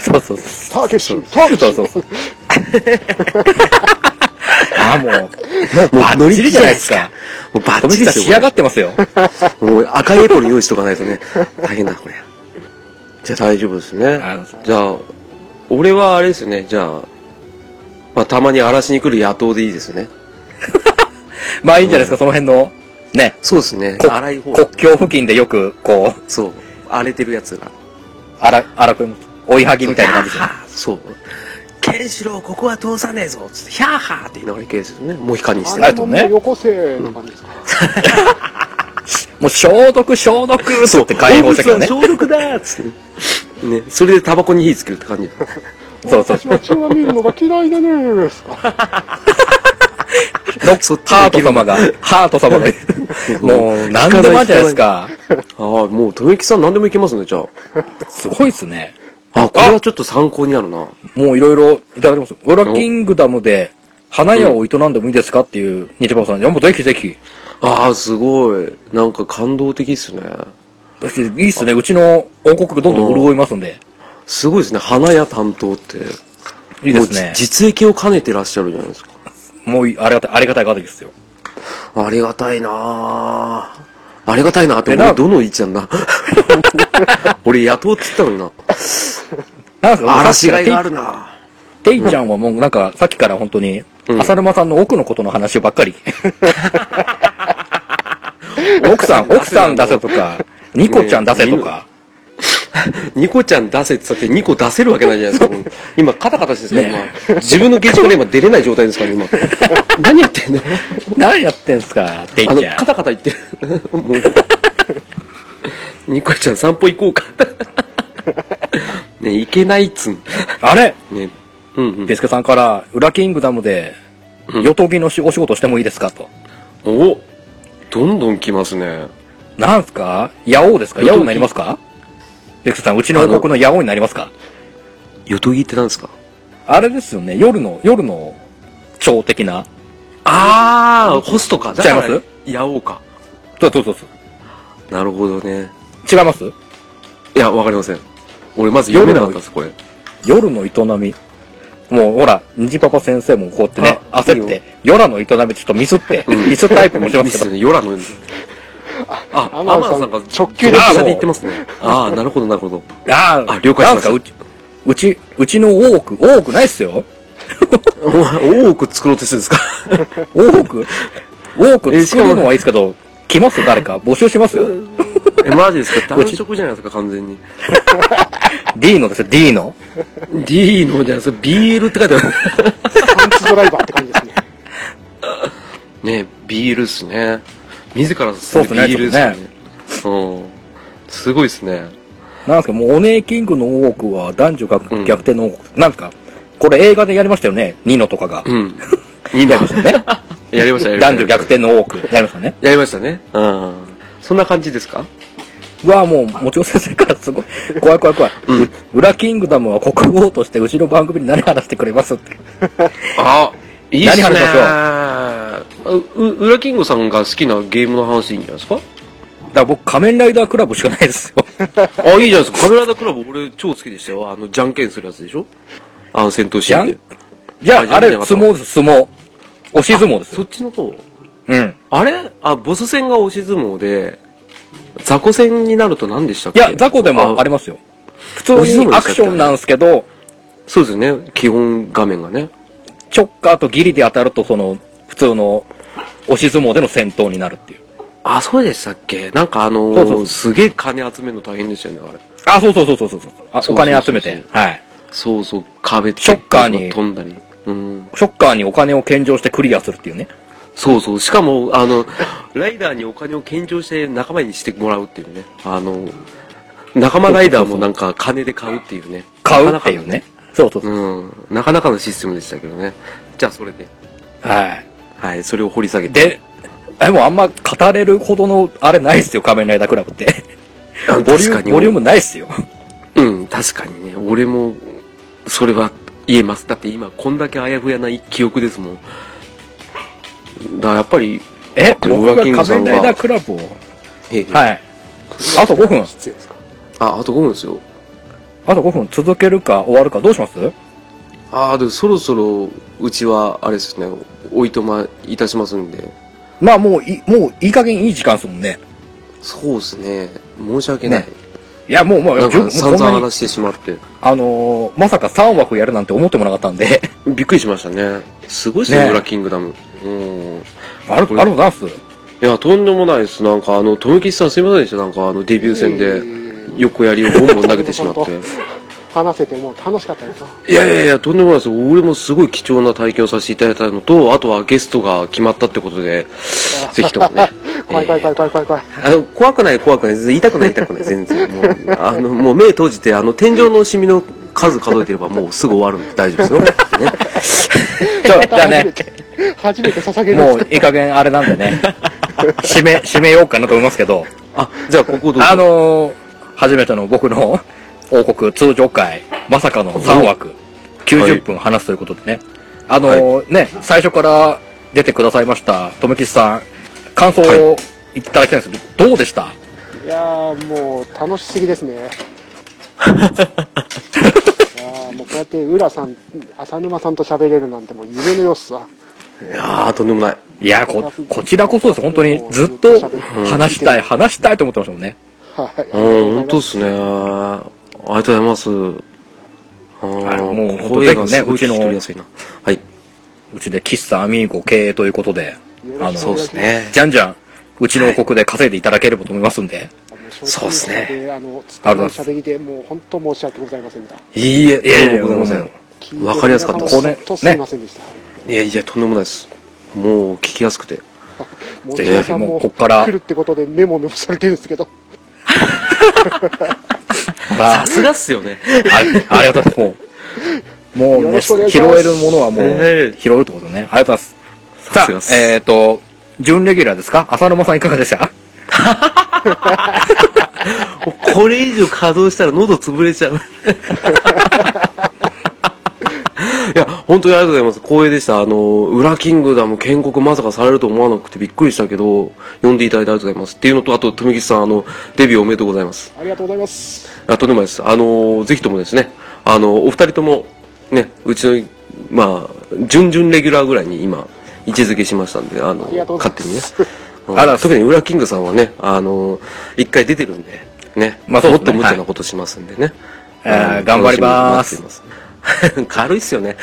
Speaker 1: そう そうそう。
Speaker 2: たけし、たけし
Speaker 1: そうそうそう。 ああ、もう、もうバッ
Speaker 3: 乗
Speaker 1: チ
Speaker 3: り切
Speaker 1: リ
Speaker 3: りじ
Speaker 1: じゃ
Speaker 3: ゃ
Speaker 1: な
Speaker 3: な
Speaker 1: い
Speaker 3: い
Speaker 1: で
Speaker 3: で
Speaker 1: すす
Speaker 3: か
Speaker 1: か。
Speaker 3: もうバッ
Speaker 1: 富
Speaker 3: チ
Speaker 1: 吉
Speaker 3: リで
Speaker 1: さん
Speaker 3: す
Speaker 1: 仕上
Speaker 3: よ。
Speaker 1: がってますよ。
Speaker 3: これもう赤いエプロン用意しとかないと ね。大変だ、これ。じゃあ大丈夫ですね
Speaker 1: あの。
Speaker 3: じゃあ、俺はあれですよね、じゃあ、まあ、たまに荒らしに来る野党でいいですよね。
Speaker 1: まあいいんじゃないですか、その辺の、ね、
Speaker 3: そうですね。
Speaker 1: こ
Speaker 3: 荒い方。
Speaker 1: 国境付近でよく、こう、
Speaker 3: そう。荒れてるやつら。
Speaker 1: 荒、荒く、追いはぎみたいな感 じで。
Speaker 3: そう。ケンシロウ、ここは通さねえぞつって、ヒャーハーって言いながら行けるんですよね。もう光にして
Speaker 1: あ
Speaker 2: あ
Speaker 1: れ
Speaker 2: の、
Speaker 1: と
Speaker 2: も
Speaker 1: ね
Speaker 2: うよこせ、の感じですか。
Speaker 1: もう消毒、消毒
Speaker 3: そう。
Speaker 1: って解放したけどね。
Speaker 3: 動物は消毒だーっつって。ね。それでタバコに火つけるって 感じ。
Speaker 1: そうそう
Speaker 2: 私。は中和見るのが嫌いだね
Speaker 3: そっち
Speaker 1: ハート
Speaker 3: できる
Speaker 1: 様が、ハート 様が、もう、なんでもあるじゃないですか。
Speaker 3: ああ、もう、とめきさん何でもいけますね、じゃ
Speaker 1: すごいっすね。
Speaker 3: あ。あ、これはちょっと参考になるな。
Speaker 1: もういろいろいただきます。ウラキングダムで、花屋を営んでもいいですかっていう、ニチバさん。いや、もうぜひぜひ。
Speaker 3: ああ、すごい。なんか感動的っすね。
Speaker 1: だっていいっすね。うちの王国がどんどん潤いますんで。
Speaker 3: すごいですね。花屋担当って。
Speaker 1: いいですね
Speaker 3: もうじ実益を兼ねてらっしゃるじゃないですか。
Speaker 1: もういい、ありがたい、ありがたい方ですよ。
Speaker 3: ありがたいなあありがたいなあって、
Speaker 1: えな
Speaker 3: 俺どの位置なん だ俺野党って言ったのにな。
Speaker 1: なんすか
Speaker 3: 嵐がいがあるな
Speaker 1: ていちゃんはもうなんか、さっきから本当に、浅沼さんの奥のことの話ばっか り。奥さん、奥さん出せとか、ニコちゃん出せとか。
Speaker 3: ニコちゃん出せって言ったってニコ出せるわけないじゃないですか。もう今、カタカタしてるんです
Speaker 1: ね
Speaker 3: か、今。自分の下宿で今出れない状態ですか ら、今。何やってんの
Speaker 1: 何やってんすか、てい
Speaker 3: あの、
Speaker 1: ちゃん
Speaker 3: カ。タカタ言ってる。 もうニコちゃん散歩行こうか。ね、行けないっつん。
Speaker 1: あれ
Speaker 3: ね。うんうん。
Speaker 1: ビスケさんから、裏キングダムで、ヨトギのしお仕事してもいいですかと。
Speaker 3: おどんどん来ますね。
Speaker 1: なんすかヤオウですか
Speaker 3: ヨト
Speaker 1: ヤ
Speaker 3: ギ
Speaker 1: オウになりますかビスケさん、うちの王国のヤオウになりますか
Speaker 3: よとぎって何ですか
Speaker 1: あれですよね、夜の、夜の、蝶的な。
Speaker 3: あー、ホストか。だから
Speaker 1: 違います
Speaker 3: やおうか。
Speaker 1: そうそうそうそう。
Speaker 3: なるほどね。
Speaker 1: 違います
Speaker 3: いや、わかりません。俺まず読めなかったです、これ。
Speaker 1: 夜の営み。もうほら、虹パパ先生もこうやってね、
Speaker 3: あ
Speaker 1: 焦って、夜の営みちょっとミスって、
Speaker 3: うん
Speaker 1: ミスタイプもしてま
Speaker 3: ミ
Speaker 1: す
Speaker 3: ス
Speaker 1: けど、
Speaker 3: ね、ヨラの。あ、ア
Speaker 2: アマン
Speaker 3: マ
Speaker 2: さん
Speaker 3: ンさんが
Speaker 2: 直球
Speaker 1: で来た
Speaker 3: 直射で言ってますね。ああ、なるほど、なるほど。
Speaker 1: あー
Speaker 3: あ了解し
Speaker 1: な
Speaker 3: ま
Speaker 1: ん
Speaker 3: した
Speaker 1: かうち、うち、うちの多く、多くないっすよ。
Speaker 3: 多く作ろうとしてるんですか
Speaker 1: 多く、多
Speaker 3: え
Speaker 1: く
Speaker 3: しか
Speaker 1: 作
Speaker 3: も
Speaker 1: るのはいいっすけど、来ます誰か募集しますよ。
Speaker 3: え、マジですか単色じゃないですか、完全に。
Speaker 1: D のですよ、D の。
Speaker 3: D のじゃないですか、BL って書いてある。
Speaker 2: パンチドライバーって感じですね。
Speaker 3: ね、BL っすね。自ら
Speaker 1: そうっすね
Speaker 3: BL っ
Speaker 1: ちょっとね
Speaker 3: すね。うん。すごいっすね。
Speaker 1: なんですか、もう、オネーキングの王国は男女
Speaker 3: うん
Speaker 1: 逆逆転の王国。なんですか、これ映画でやりましたよね、ニノとかが。
Speaker 3: うん。いい
Speaker 1: や
Speaker 3: な
Speaker 1: りま。したよね。
Speaker 3: やりました、やりました。
Speaker 1: 男女逆転の多く。やりましたね。
Speaker 3: やりましたね。うん。そんな感じですか
Speaker 1: うわもう、もちろん先生からすごい、怖い怖い怖い。
Speaker 3: うん。
Speaker 1: 裏キングダムは国語としてうちの番組に何話してくれますって。
Speaker 3: あ、いいっすね。
Speaker 1: 何話し
Speaker 3: う、う、裏キングさんが好きなゲームの話いいんじゃないですか
Speaker 1: だから僕、仮面ライダークラブしかないです よ。
Speaker 3: あ、いいじゃないですか。カメラダクラブ俺超好きでしたよ。あの、じゃんけんするやつでしょあの、戦闘シーンで
Speaker 1: じ。じゃ
Speaker 3: あじゃあ
Speaker 1: あ、あれ、
Speaker 3: じゃ
Speaker 1: 相
Speaker 3: あ
Speaker 1: 撲です、相撲。押し相撲です
Speaker 3: そ
Speaker 1: よ。
Speaker 3: っちの方
Speaker 1: うん。
Speaker 3: あれあ、ボス戦が押し相撲で、雑魚戦になると何でしたっ
Speaker 1: い
Speaker 3: け
Speaker 1: や、雑魚でもありますよ。普通にアクションなんですけど、
Speaker 3: そうですよね。基本画面がね。
Speaker 1: チョッカーとギリで当たると、その、普通の押し相撲での戦闘になるっていう。
Speaker 3: あ、そうでしたっけなんかあのー
Speaker 1: そうそうそう
Speaker 3: すげえ金集めるの大変でしたよね、あれ。
Speaker 1: あ、そうそうそうそうそうそうあ
Speaker 3: そうそうそうそう
Speaker 1: お金集めて。はい。
Speaker 3: そうそう、壁
Speaker 1: ショッカーに
Speaker 3: 飛んだり。うん。
Speaker 1: ショッカーにお金を献上してクリアするっていうね。
Speaker 3: そうそう。しかも、あの、 ライダーにお金を献上して仲間にしてもらうっていうね。あの、仲間ライダーもなんか金で買うっていうね。
Speaker 1: 買うっていうね。そうそうそう。
Speaker 3: なかなかの。うん。なかなかのシステムでしたけどね。じゃあそれで。
Speaker 1: は
Speaker 3: はい、それを掘り下げ
Speaker 1: い。
Speaker 3: て。
Speaker 1: で、え、もうあんま語れるほどの、あれないっすよ、仮面ライダークラブって。
Speaker 3: あ
Speaker 1: ボリ
Speaker 3: 確
Speaker 1: ュー
Speaker 3: か
Speaker 1: ム、
Speaker 3: に
Speaker 1: ボリュームないっすよ。
Speaker 3: うん、確かにね。俺も、それは言えます。だって今、こんだけあやふやな記憶ですもん。だからやっぱり、
Speaker 1: え、
Speaker 3: で
Speaker 1: 僕
Speaker 3: ウラ
Speaker 1: が
Speaker 3: キング
Speaker 1: 仮
Speaker 3: さんは
Speaker 1: 面ライダークラブを。
Speaker 3: ええ
Speaker 1: はい。あと5分。
Speaker 2: 失礼ですか
Speaker 3: あ、あと5分ですよ。
Speaker 1: あと5分続けるか終わるかどうします
Speaker 3: ああ、でもそろそろ、うちは、あれですね、おいとまいたしますんで。
Speaker 1: まあもうい、もういい加減いい時間ですもんね。
Speaker 3: そうですね。申し訳ない。
Speaker 1: ねいや、もうもう、
Speaker 3: なん
Speaker 1: じゅも
Speaker 3: か
Speaker 1: う
Speaker 3: 散
Speaker 1: そん
Speaker 3: 々
Speaker 1: なに
Speaker 3: 話してしまって。
Speaker 1: あのーまさか3枠やるなんて思ってもなかったん で。
Speaker 3: びっくりしましたね。すごいですね、
Speaker 1: ね
Speaker 3: 裏キングダム。うん。
Speaker 1: ある、あるダンス
Speaker 3: いや、とんでもないです。なんか、あの、とめきちさんすいませんでした。なんか、あの、デビュー戦で、横やりをボンボン投げてしまっ
Speaker 2: 本
Speaker 3: て。
Speaker 2: 話せてもう楽しかったですよ。
Speaker 3: いやいやいや、とんでもないです。俺もすごい貴重な体験をさせていただいたのと、あとはゲストが決まったってことで、ぜひとも ね
Speaker 2: 怖い怖い怖い怖い怖い怖い
Speaker 3: あの、怖くない怖くない。言いたくない言いたくない。全然。もう、あの、もう目閉じて、あの、天井のシミの数数えてればもうすぐ終わるんで大丈 夫ですよ。ね、
Speaker 1: じゃあ、じゃあ ね、
Speaker 2: 初めて初めて捧げる
Speaker 1: もういい加減あれなんでね、締め、締めようかなと思いますけど、
Speaker 3: あ、じゃあここどうぞ
Speaker 1: あ、のー初めての僕の 王国通常会、まさかの3枠、90分話すということでね、あのーね、最初から出てくださいました、とめきちさん、感想をいただきたいんですけど、どうでした
Speaker 2: いやーもう楽しすぎですねいやーもうこうやって浦さん浅沼さんと喋れるなんてもう夢のよっすわ
Speaker 3: いやー、とんでもない。
Speaker 1: いやこ、こちらこそです、本当にずっと話したい、話したいと思ってましたもんね。
Speaker 2: はい
Speaker 3: うん、本当っすね。ありがとうございます。あ
Speaker 1: あ
Speaker 3: ー
Speaker 1: もう本当
Speaker 3: 声がすごい
Speaker 1: ぜひねうちの
Speaker 3: 聞き取りやすいな。はい。
Speaker 1: うちで喫茶アミーゴ経営ということで、あの、
Speaker 3: そうですね。
Speaker 1: じゃんじゃん、うちの王国で稼いでいただければと思いますん で。
Speaker 3: そうっすね
Speaker 2: あのつ
Speaker 1: あ
Speaker 2: た
Speaker 1: り
Speaker 2: な
Speaker 1: が
Speaker 2: い
Speaker 1: とうござ
Speaker 2: 喋りでもう本当申し訳ございませんでした
Speaker 3: いいえ、
Speaker 1: いやいや
Speaker 3: とんでもございま
Speaker 2: 聞
Speaker 3: せ
Speaker 2: い
Speaker 3: ん。
Speaker 2: て
Speaker 3: わかりやすかったです。
Speaker 1: こ
Speaker 2: 皆
Speaker 1: れね
Speaker 2: 様本当すいませんでした、
Speaker 3: いやいや、とんでもないです。もう聞きやすくて。
Speaker 2: もう
Speaker 1: ぜひ
Speaker 2: 皆さん
Speaker 1: も
Speaker 2: も
Speaker 1: うこっから
Speaker 2: 来るってことでメモメモされてるんですけど
Speaker 1: まあ、
Speaker 3: すがっすよね。
Speaker 1: ありありがとうございます。もう、もう
Speaker 2: よ
Speaker 1: ね、
Speaker 2: ろしくお願い
Speaker 1: 拾
Speaker 2: します
Speaker 1: えるものはも
Speaker 3: え
Speaker 1: う、拾うってことね。ありがとうございます。さ
Speaker 3: さすがっす
Speaker 1: あ、えっ、と、準レギュラーですか浅沼さんいかがでした
Speaker 3: これ以上稼働したら喉潰れちゃう。いや、本当にありがとうございます。光栄でした。あの、裏キングダム建国まさかされると思わなくてびっくりしたけど、呼んでいただいてありがとうございます。っていうのと、あと、富吉さん、あの、デビューおめでとうございます。
Speaker 2: ありがとうございます
Speaker 3: あ、とんでもないです。あの、ぜひともですね、あの、お二人とも、ね、うちの、まあ、準々レギュラーぐらいに今、位置づけしましたんで、あの、
Speaker 2: ありがとうございま
Speaker 3: 勝手
Speaker 2: す
Speaker 3: にね。
Speaker 1: あら
Speaker 3: 特に裏キングさんはね、あの、一回出てるんで、ね、
Speaker 1: まあそう
Speaker 3: も
Speaker 1: で
Speaker 3: っ
Speaker 1: すね
Speaker 3: と無茶なことしますんでね。
Speaker 1: はい
Speaker 3: あの
Speaker 1: えー頑張りま。す
Speaker 3: 楽しみに待っています 軽いっす よね。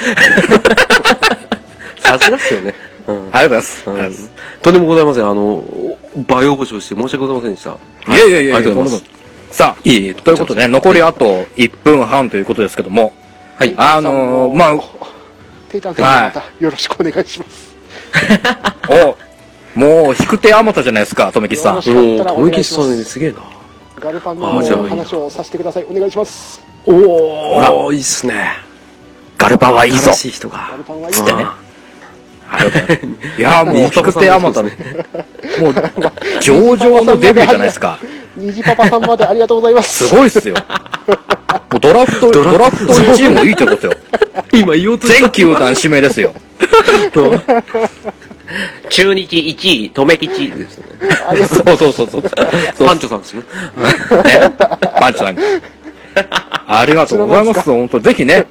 Speaker 3: さすがっすよね。うん
Speaker 1: ありがとうございます。
Speaker 3: うん
Speaker 1: ありがとうございます
Speaker 3: とんでもございません。あの、倍応募償して申し訳ございませんでした。
Speaker 1: いやいやいや
Speaker 3: ありがとうござい
Speaker 1: そん
Speaker 3: ます
Speaker 1: な。ことさあ、
Speaker 3: いえいえ
Speaker 1: ということで、残りあと1分半ということですけども、
Speaker 3: はい。
Speaker 1: あのーまあ、
Speaker 2: テータンさんまたよろしくお願いします
Speaker 1: お、もう、引く手あまたじゃないですか、とめきさ
Speaker 2: よろ
Speaker 1: ん
Speaker 2: し。
Speaker 3: お
Speaker 2: くお
Speaker 3: ー、と
Speaker 2: 願
Speaker 3: め
Speaker 2: い
Speaker 3: き
Speaker 2: し
Speaker 3: さ
Speaker 2: ま
Speaker 3: ん
Speaker 2: す
Speaker 3: すげえな。
Speaker 2: ガルパンの
Speaker 3: あーじゃあいい
Speaker 2: 話をさせてくださいお願いします
Speaker 3: おー、いいっすね。
Speaker 1: ガルパはいいぞ
Speaker 3: 新。しい人が。
Speaker 2: ガルパンはいい
Speaker 3: つ
Speaker 2: ぞ
Speaker 3: ってね。
Speaker 1: ありがとうございます。いやーもう、特定アマタ、もう
Speaker 3: ね、
Speaker 1: 上々のデビューじゃないですか。
Speaker 2: 虹パパさんまでありがとうございます。
Speaker 1: すごいっすよ。もうドラフト、ド
Speaker 3: ド
Speaker 1: ラ
Speaker 3: ラ
Speaker 1: フト1位もいいってことよ。
Speaker 3: 今言おうと
Speaker 1: 全球団指名ですよ。
Speaker 5: 中日1位、留吉ですね。
Speaker 2: ありがとう
Speaker 1: そうそうそうそう。
Speaker 3: パンチョさんですね。
Speaker 1: ね、パンチさん。ありがとうございます。本当ぜひね、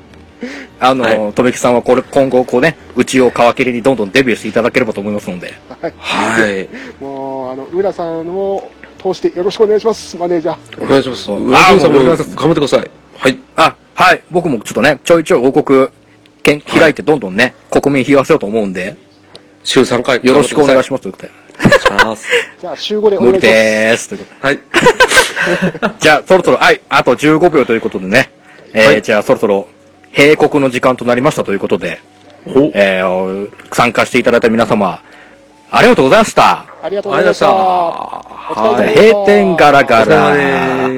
Speaker 1: あの、とめきさんはこれ、今後、こうね、うちを皮切りにどんどんデビューしていただければと思いますので。
Speaker 3: はい。
Speaker 2: もう、あの、浦さんを通してよろしくお願いします、マネージャー。
Speaker 3: お願いします。
Speaker 1: あ
Speaker 3: 浦君さんも
Speaker 1: もう
Speaker 3: 頑張ってください。はい。
Speaker 1: あ、はい。僕もちょっとね、ちょいちょい報告、けん開いてどんどんね、国民冷やせようと思うんで、
Speaker 3: 週3回。
Speaker 1: よろしくお願い
Speaker 3: し
Speaker 1: しますということで。
Speaker 3: ます。
Speaker 2: じゃあ、週5でお
Speaker 1: 無
Speaker 2: 願
Speaker 1: 理
Speaker 2: いします。
Speaker 1: でーす。ということで
Speaker 3: はい。
Speaker 1: じゃあ、そろそろ、はい、あと15秒ということでね、えー
Speaker 3: はい
Speaker 1: じゃあ、そろそろ、閉国の時間となりましたということで、
Speaker 3: お
Speaker 1: えー参加していただいた皆様、ありがとうございました。
Speaker 2: ありがとうございました。
Speaker 3: あ
Speaker 2: お疲れ様でした
Speaker 1: 閉店ガラガ
Speaker 3: あら
Speaker 1: ラ。も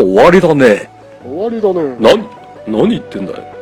Speaker 1: う終わりだね。
Speaker 2: 終わりだね。
Speaker 3: 何何言ってんだよ。